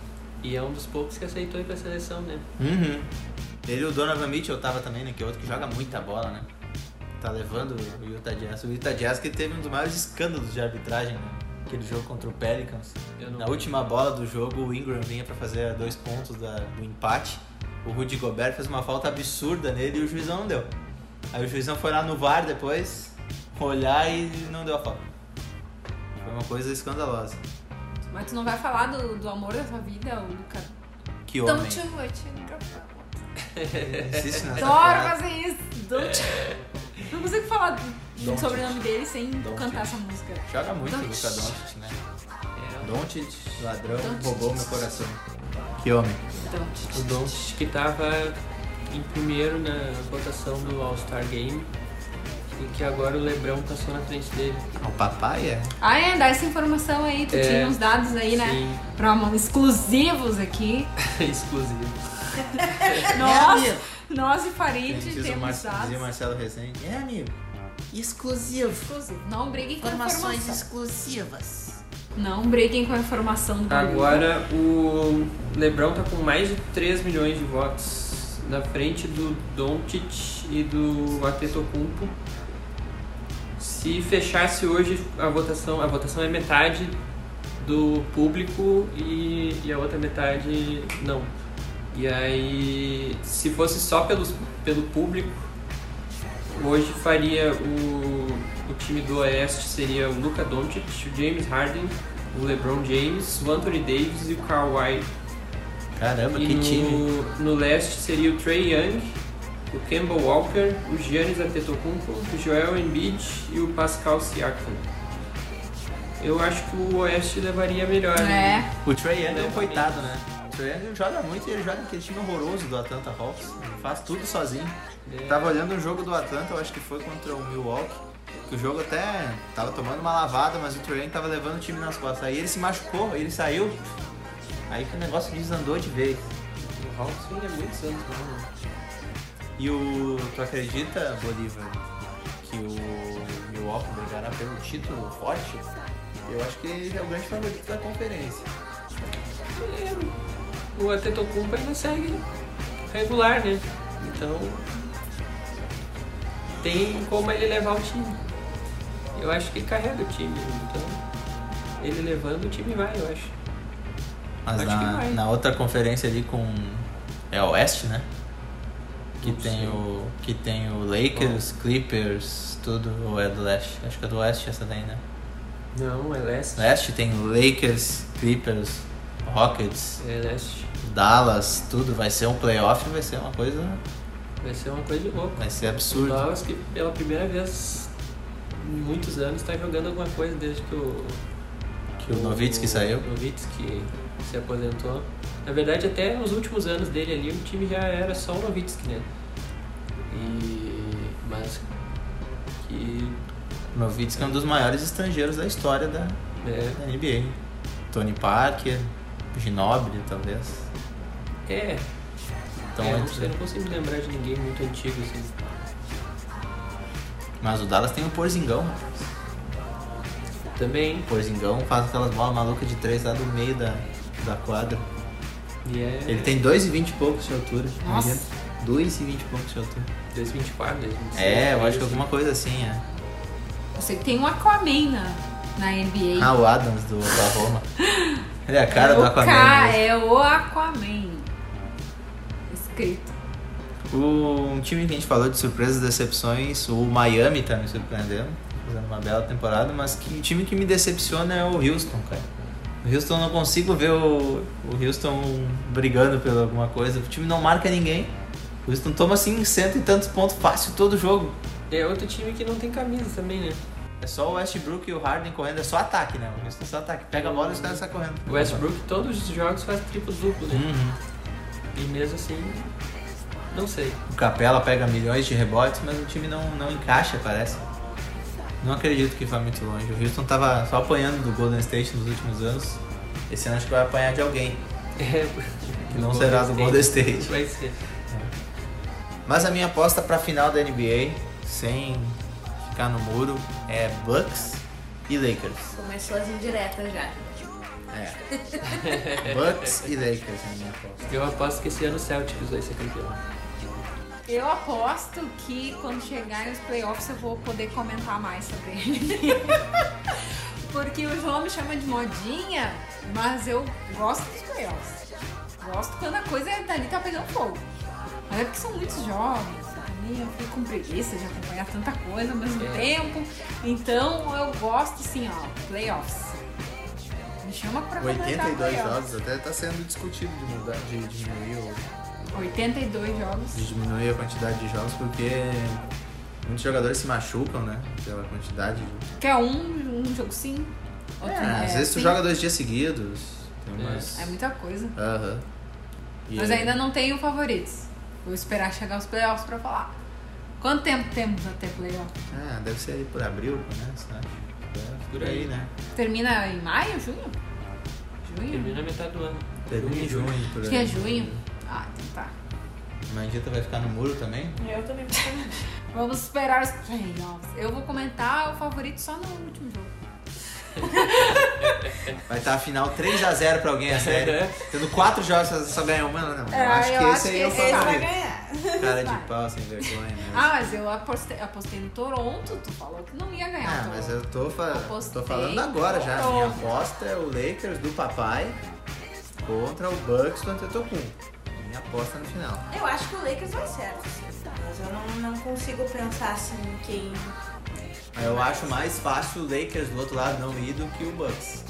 Speaker 4: E é um dos poucos que aceitou ir pra seleção, né?
Speaker 1: Uhum. Ele e o Donovan Mitchell tava também, né? Que é outro que joga muita bola, né? Tá levando o Utah Jazz. O Utah Jazz que teve um dos maiores escândalos de arbitragem, né? Aquele jogo contra o Pelicans.
Speaker 4: Eu não
Speaker 1: Na
Speaker 4: vi.
Speaker 1: última bola do jogo, o Ingram vinha pra fazer dois pontos da- do empate. O Rudy Gobert fez uma falta absurda nele e o juizão não deu. Aí o juizão foi lá no VAR depois olhar e não deu a falta. Foi uma coisa escandalosa.
Speaker 2: Mas tu não vai falar do, do amor da tua vida, o Luca.
Speaker 1: Que homem. é
Speaker 2: Don't you watch it, microfone.
Speaker 1: Insiste nessa
Speaker 2: Adoro
Speaker 1: frase.
Speaker 2: fazer isso. Don't <laughs> you... Não consigo falar do
Speaker 1: É. Don't
Speaker 2: sobrenome dele sem
Speaker 1: Don't
Speaker 2: cantar
Speaker 1: you.
Speaker 2: essa música.
Speaker 1: Joga muito o
Speaker 2: Don't-
Speaker 1: Luka Doncic, né?
Speaker 4: É,
Speaker 1: Doncic, ladrão,
Speaker 2: Doncic.
Speaker 1: roubou meu coração. Que homem.
Speaker 2: Don't
Speaker 4: o Doncic que tava em primeiro na votação do All-Star Game. E que agora o Lebrão passou na frente dele.
Speaker 1: O papai é?
Speaker 2: Ah, é, dá essa informação aí. Tu
Speaker 4: É.
Speaker 2: tinha uns dados aí, né?
Speaker 4: Sim. <laughs> é
Speaker 2: Pra, mano, exclusivos aqui.
Speaker 4: Exclusivo.
Speaker 2: Nós, nós e Farid
Speaker 1: Gente, diz o Mar-
Speaker 2: temos
Speaker 1: dizia o
Speaker 2: dados.
Speaker 1: Marcelo Rezende. É, amigo. Exclusivo.
Speaker 2: Exclusivo. Não briguem com informação.
Speaker 1: exclusivas.
Speaker 2: Não briguem com a informação do
Speaker 4: Agora o Lebron tá com mais de 3 milhões de votos na frente do Doncic e do Atetokounmpo. Se fechasse hoje a votação, a votação é metade do público e, e a outra metade não. E aí, se fosse só pelos, pelo público, hoje faria o, o time do Oeste seria o Luka Doncic, o James Harden, o LeBron James, o Anthony Davis e o Kawhi.
Speaker 1: Caramba,
Speaker 4: E
Speaker 1: que time.
Speaker 4: no, no Leste seria o Trey Young, o Kemba Walker, o Giannis Antetokounmpo, o Joel Embiid e o Pascal Siakam. Eu acho que o Oeste levaria melhor. né?
Speaker 2: É.
Speaker 1: O Trae Young é um coitado, né? O Trae Young joga muito e ele joga aquele time horroroso do Atlanta Hawks. Ele faz tudo sozinho.
Speaker 4: É.
Speaker 1: Tava olhando um jogo do Atlanta, eu acho que foi contra o Milwaukee. Que o jogo até tava tomando uma lavada, mas o Trae Young tava levando o time nas costas. Aí ele se machucou, ele saiu. Aí que o negócio desandou de vez.
Speaker 4: O Hawks ainda é muitos anos, mano.
Speaker 1: E o. Tu acredita, Bolívar, que o Milwaukee brigará pelo título forte? Eu acho que ele é o grande favorito da conferência.
Speaker 4: É, O Antetokounmpo ainda segue regular, né? Então tem como ele levar o time. Eu acho que ele carrega o time, então ele levando o time vai, eu acho.
Speaker 1: Mas
Speaker 4: Acho que
Speaker 1: na,
Speaker 4: vai.
Speaker 1: na outra conferência ali com. É o Oeste, né? Que
Speaker 4: Não
Speaker 1: tem
Speaker 4: sei.
Speaker 1: o. Que tem o Lakers, Clippers, tudo. Ou é do leste? Acho que é do oeste essa daí, né?
Speaker 4: Não, é leste.
Speaker 1: Leste tem Lakers, Clippers, Rockets,
Speaker 4: É leste.
Speaker 1: Dallas, tudo. Vai ser um playoff, vai ser uma coisa.
Speaker 4: Vai ser uma coisa de louco.
Speaker 1: Vai ser
Speaker 4: O
Speaker 1: absurdo.
Speaker 4: Dallas que pela primeira vez em muitos anos tá jogando alguma coisa desde que o.
Speaker 1: Que o Nowitzki saiu.
Speaker 4: O Nowitzki se aposentou. Na verdade, até nos últimos anos dele ali, o time já era só o Nowitzki, né? E... Mas que...
Speaker 1: Nowitzki é um dos maiores estrangeiros da história da, da
Speaker 4: né?
Speaker 1: NBA. Tony Parker, Ginobili, talvez.
Speaker 4: É,
Speaker 1: Então,
Speaker 4: é, não
Speaker 1: entre-
Speaker 4: sei, não consigo me lembrar de ninguém muito antigo assim.
Speaker 1: Mas o Dallas tem o Porzingão, rapaz.
Speaker 4: Também,
Speaker 1: Porzingão faz aquelas bolas malucas de três lá do meio da, da quadra.
Speaker 4: e é
Speaker 1: Ele tem 2,20 e poucos de altura.
Speaker 2: Nossa.
Speaker 1: 2,20 e poucos de altura.
Speaker 4: 2024, 2025.
Speaker 1: É, eu acho que
Speaker 4: assim.
Speaker 1: alguma coisa assim, é.
Speaker 2: Eu sei que tem um Aquaman na, na NBA.
Speaker 1: Ah, o Adams do Oklahoma. Ele é a cara do
Speaker 2: o K
Speaker 1: Aquaman. né?
Speaker 2: é o Aquaman. Escrito.
Speaker 1: mesmo. O, um time que a gente falou de surpresas e decepções, o Miami tá me surpreendendo, fazendo uma bela temporada, mas que o time que me decepciona é o Houston, cara. O Houston eu não consigo ver o, o Houston brigando por alguma coisa. O time não marca ninguém. O Houston toma assim cento e tantos pontos fácil todo jogo.
Speaker 4: É outro time que não tem camisa também, né?
Speaker 1: É só o Westbrook e o Harden correndo, é só ataque, né? O Houston é só ataque. Pega a bola e os caras saem correndo.
Speaker 4: O Westbrook, todos os jogos faz triplo duplo, né?
Speaker 1: Uhum.
Speaker 4: E mesmo assim, não sei.
Speaker 1: O Capela pega milhões de rebotes, mas o time não, não encaixa, parece. Não acredito que vá muito longe. O Houston tava só apanhando do Golden State nos últimos anos. Esse ano acho que vai apanhar de alguém,
Speaker 4: É,
Speaker 1: que <laughs> não será do Golden State.
Speaker 4: Vai ser.
Speaker 1: Mas a minha aposta pra final da NBA, sem ficar no muro, é Bucks e Lakers.
Speaker 3: Começou as indiretas já.
Speaker 1: É. Bucks e Lakers é a minha aposta.
Speaker 4: Eu aposto que esse ano o Celtics vai ser campeão.
Speaker 2: Eu aposto que quando chegarem os playoffs eu vou poder comentar mais sobre ele. <laughs> Porque o João me chama de modinha, mas eu gosto dos playoffs. Gosto quando a coisa dali tá pegando fogo. Mas é porque são muitos jogos. Também eu fico com preguiça de acompanhar tanta coisa ao mesmo
Speaker 4: É.
Speaker 2: tempo. Então eu gosto assim, ó, playoffs. Me chama pra comentar
Speaker 5: 82
Speaker 2: playoffs.
Speaker 5: jogos, até tá sendo discutido de mudar, de diminuir, o-
Speaker 2: 82 jogos.
Speaker 5: de diminuir a quantidade de jogos, porque muitos jogadores se machucam, né? Pela quantidade. de-
Speaker 2: Que é um, um jogo sim. Outro
Speaker 5: É, às vezes tu
Speaker 2: sim.
Speaker 5: joga dois dias seguidos. Tem umas.
Speaker 2: É muita coisa.
Speaker 5: Aham. E
Speaker 2: Mas
Speaker 5: aí-
Speaker 2: ainda não tenho favoritos. Vou esperar chegar os playoffs pra falar. Quanto tempo temos até playoffs?
Speaker 5: Ah, deve ser aí por abril, né? Você acha? É, Por aí, né?
Speaker 2: Termina em maio, junho? Junho?
Speaker 4: Termina na metade do ano.
Speaker 1: Termina em junho, por
Speaker 2: Acho que é
Speaker 1: aí.
Speaker 2: junho. Ah, então tá.
Speaker 1: Mandita vai ficar no muro também?
Speaker 3: Eu também vou um
Speaker 2: Vamos esperar os playoffs. Eu vou comentar o favorito só no último jogo.
Speaker 5: tá
Speaker 1: Vai estar a final 3x0 pra alguém a sério. Tendo quatro jogos, só- só ganha uma, não. Eu
Speaker 2: É,
Speaker 1: acho
Speaker 2: eu
Speaker 1: que
Speaker 2: acho
Speaker 1: esse aí
Speaker 2: que
Speaker 1: é o
Speaker 2: esse aí
Speaker 3: vai
Speaker 1: favorito.
Speaker 3: ganhar.
Speaker 1: Cara
Speaker 2: vai.
Speaker 1: de pau, sem vergonha, né?
Speaker 2: Ah, mas eu apostei, apostei no Toronto. Tu falou que não ia ganhar.
Speaker 1: Ah,
Speaker 2: o
Speaker 1: mas
Speaker 2: Toronto.
Speaker 1: eu tô, fa-
Speaker 2: Apostei.
Speaker 1: tô falando agora já.
Speaker 2: Pronto.
Speaker 1: Minha aposta é o Lakers do papai contra o Bucks do Antetokounmpo. Minha aposta no final.
Speaker 3: Eu acho que o Lakers vai certo. Mas eu não, não consigo pensar assim quem.
Speaker 1: Eu acho mais fácil o Lakers do outro lado não ir do que o Bucks.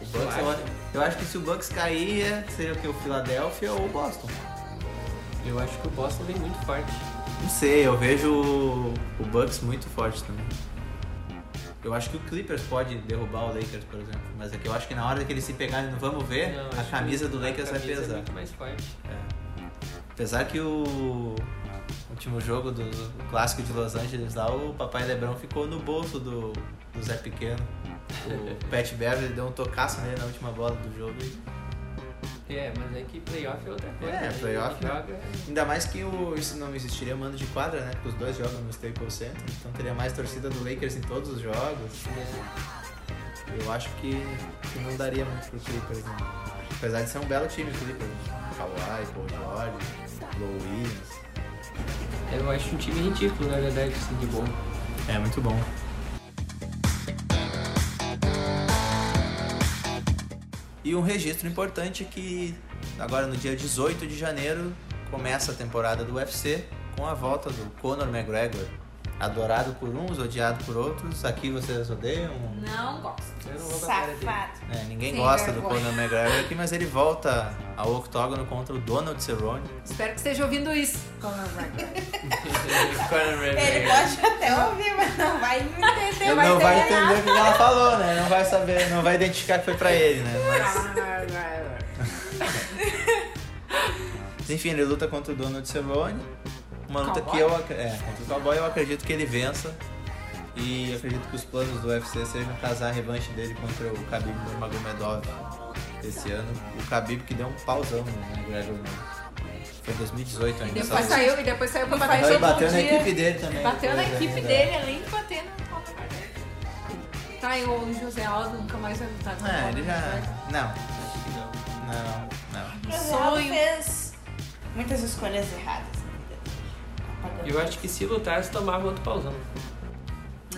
Speaker 1: O Bucks eu,
Speaker 4: Eu
Speaker 1: acho. eu acho que se o Bucks cair, é- seria o que? O Philadelphia ou o Boston.
Speaker 4: Eu acho que o Boston vem muito forte.
Speaker 1: Não sei, eu vejo o- o Bucks muito forte também. Eu acho que o Clippers pode derrubar o Lakers, por exemplo. Mas é que eu acho que na hora que eles se pegarem no vamos ver,
Speaker 4: Não,
Speaker 1: É, a
Speaker 4: acho
Speaker 1: camisa
Speaker 4: que
Speaker 1: do Lakers
Speaker 4: a
Speaker 1: vai
Speaker 4: camisa É
Speaker 1: pesar.
Speaker 4: muito mais forte.
Speaker 1: É. Apesar que o último jogo do do clássico de Los Angeles lá, o Papai Lebrão ficou no bolso do, do Zé Pequeno. O Pat Beverly deu um tocaço nele na última bola do jogo. e-
Speaker 4: É, mas é que playoff é outra coisa.
Speaker 1: É,
Speaker 4: né?
Speaker 1: playoff,
Speaker 4: Ele
Speaker 1: né?
Speaker 4: joga.
Speaker 1: Ainda mais que o, isso não existiria mando de quadra, né? Porque os dois jogam no Staples Center, então teria mais torcida do Lakers em todos os jogos.
Speaker 4: né?
Speaker 1: Eu acho que, que não daria muito pro Clippers, né? Apesar de ser um belo time, o Clippers. Kawhi, Paul George, Lou Williams.
Speaker 4: Eu acho um time ridículo, na verdade, assim, de bom.
Speaker 1: É muito bom. E um registro importante que agora no dia 18 de janeiro começa a temporada do UFC com a volta do Conor McGregor. Adorado por uns, odiado por outros. Aqui vocês odeiam.
Speaker 2: Não gosto.
Speaker 4: Eu não vou com a cara dele.
Speaker 3: Safado.
Speaker 1: É, ninguém
Speaker 2: Sem
Speaker 1: gosta do
Speaker 2: vergonha.
Speaker 1: Conor McGregor aqui, mas ele volta ao octógono contra o Donald Cerrone.
Speaker 2: Espero que esteja ouvindo isso. <laughs>
Speaker 1: Conor
Speaker 3: Ele
Speaker 1: McGregor.
Speaker 3: pode até ouvir, mas não vai me entender.
Speaker 1: Ele não vai entender o que ela falou, né? Não vai saber, não vai identificar que foi pra ele, né? Mas- Mas, Enfim, ele luta contra o Donald Cerrone. Uma luta
Speaker 2: Cowboy?
Speaker 1: que eu ac- é, contra o Cowboy eu acredito que ele vença. E eu acredito que os planos do UFC sejam casar a revanche dele contra o Khabib Nurmagomedov esse ano. O Khabib que deu um pauzão no McGregor. né? Foi em 2018 ainda.
Speaker 2: Depois
Speaker 1: sabe?
Speaker 2: saiu, e depois saiu pra
Speaker 1: Não,
Speaker 2: bater
Speaker 1: e
Speaker 2: todo
Speaker 1: bateu na
Speaker 2: dia.
Speaker 1: equipe dele também.
Speaker 2: Bateu na
Speaker 1: depois,
Speaker 2: equipe
Speaker 1: ainda.
Speaker 2: dele, além de bater no Conor McGregor. Tá, e o José Aldo nunca mais vai lutar com o
Speaker 1: É,
Speaker 2: Conor
Speaker 1: ele já.
Speaker 2: McGregor.
Speaker 1: Não. Não, não.
Speaker 3: O
Speaker 2: Sonho.
Speaker 3: fez muitas escolhas erradas na vida dele. Tá pagando.
Speaker 4: <laughs> Eu acho que se lutasse, tomava outro pauzão.
Speaker 2: Né?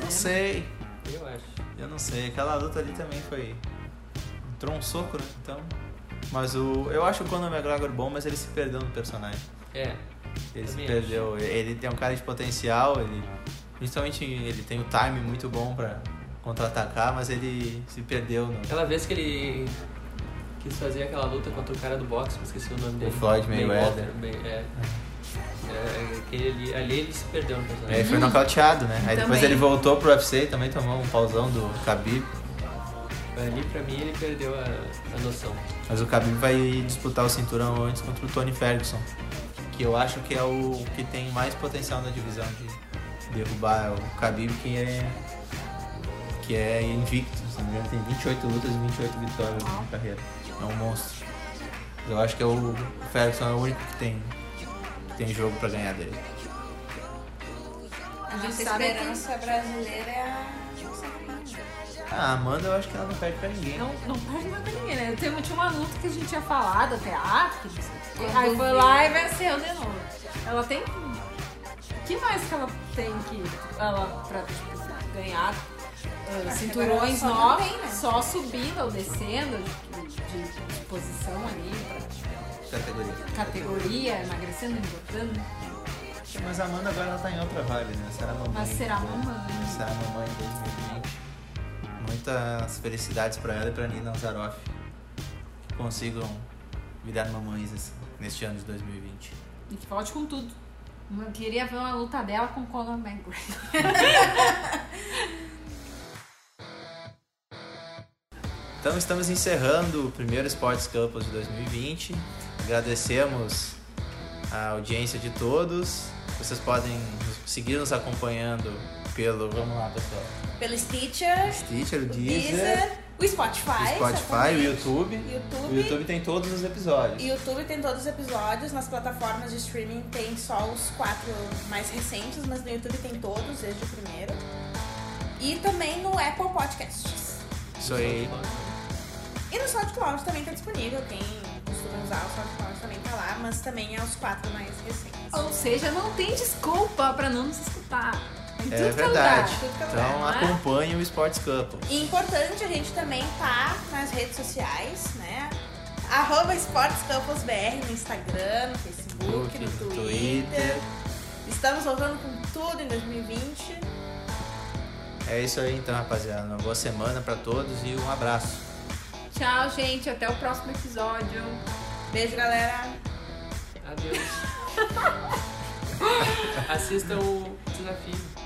Speaker 1: Não sei.
Speaker 4: Eu acho.
Speaker 1: Eu não sei. Aquela luta ali também foi. Entrou um soco, né? Então. Mas o. Eu acho o Conor McGregor bom, mas ele se perdeu no personagem.
Speaker 4: É.
Speaker 1: Ele se
Speaker 4: Também
Speaker 1: perdeu. Ele tem um cara de potencial, ele. Principalmente ele tem o time muito bom pra contra-atacar, mas ele se perdeu no.
Speaker 4: Aquela vez que ele quis fazer aquela luta contra o cara do boxe, me esqueci o nome dele.
Speaker 1: Floyd Mayweather.
Speaker 4: May- é. É, aquele ali, ali ele se perdeu no
Speaker 1: Aí
Speaker 4: personagem.
Speaker 1: É, ele foi nocauteado, né? Aí depois
Speaker 2: Também.
Speaker 1: ele voltou pro UFC e também tomou um pauzão do Khabib.
Speaker 4: Ali pra mim ele perdeu a, a noção.
Speaker 1: Mas o Khabib vai disputar o cinturão antes contra o Tony Ferguson, que eu acho que é o que tem mais potencial na divisão de derrubar É o Khabib, que é que é invicto, se não me engano, tem 28 lutas e 28 vitórias na carreira. É um monstro. Mas Eu acho que é o o Ferguson é o único que tem que tem jogo pra ganhar dele.
Speaker 3: A tá
Speaker 2: gente
Speaker 3: nossa
Speaker 2: sabe, né?
Speaker 3: experiência brasileira é a.
Speaker 1: Ah, a Amanda, eu acho que ela não perde pra ninguém. né,
Speaker 2: Não, não perde mais pra ninguém, né? Teve, tinha uma luta que a gente tinha falado até, ah, que não sei o quê. Aí foi lá e venceu de novo. Ela tem. O que mais que ela tem que. Ela, pra tipo, ganhar ah, cinturões
Speaker 3: só não
Speaker 2: novos,
Speaker 3: tem, né?
Speaker 2: só subindo ou descendo de, de- de posição ali, pra
Speaker 1: Categoria.
Speaker 2: categoria, emagrecendo, engordando.
Speaker 1: Mas a Amanda agora ela tá em outra vibe, né? Será mamãe.
Speaker 2: Mas será mamãe?
Speaker 1: Será mamãe em 2020. Muitas felicidades pra ela e pra Nina Zaroff. Que consigam virar mamães esse- neste ano de 2020.
Speaker 2: E que volte com tudo. Eu queria ver uma luta dela com o Conor McGregor.
Speaker 1: Então estamos encerrando o primeiro Sports Campus de 2020. Agradecemos a audiência de todos. Vocês podem nos- seguir nos acompanhando pelo. Vamos lá, pessoal.
Speaker 3: Pelo Stitcher,
Speaker 1: Stitcher, o
Speaker 3: o
Speaker 1: Deezer,
Speaker 3: Deezer, o Spotify.
Speaker 1: o Spotify, o
Speaker 3: certamente.
Speaker 1: YouTube. O
Speaker 3: YouTube.
Speaker 1: YouTube tem todos os episódios.
Speaker 3: E o YouTube tem todos os episódios, nas plataformas de streaming tem só os quatro mais recentes, mas no YouTube tem todos, desde o primeiro. E também no Apple Podcasts.
Speaker 1: Isso aí.
Speaker 3: E no SoundCloud também tá disponível, quem costuma usar o SoundCloud também tá lá, mas também é os quatro mais recentes.
Speaker 2: Ou seja, não tem desculpa pra não nos escutar. Em
Speaker 1: É
Speaker 2: tudo que
Speaker 1: verdade.
Speaker 2: lugar.
Speaker 3: Tudo que é lugar,
Speaker 1: Então
Speaker 2: não é?
Speaker 1: acompanhe o Sports Couple.
Speaker 3: E importante, a gente também tá nas redes sociais, né? Arroba Esportes Campus BR no Instagram, no Facebook, no
Speaker 1: No
Speaker 3: Twitter.
Speaker 1: Twitter.
Speaker 3: Estamos voltando com tudo em 2020.
Speaker 1: É isso aí então, rapaziada. Uma boa semana pra todos e um abraço.
Speaker 2: Tchau, gente. Até o próximo episódio.
Speaker 3: Beijo, galera.
Speaker 4: <laughs> Adeus. Assistam o desafio.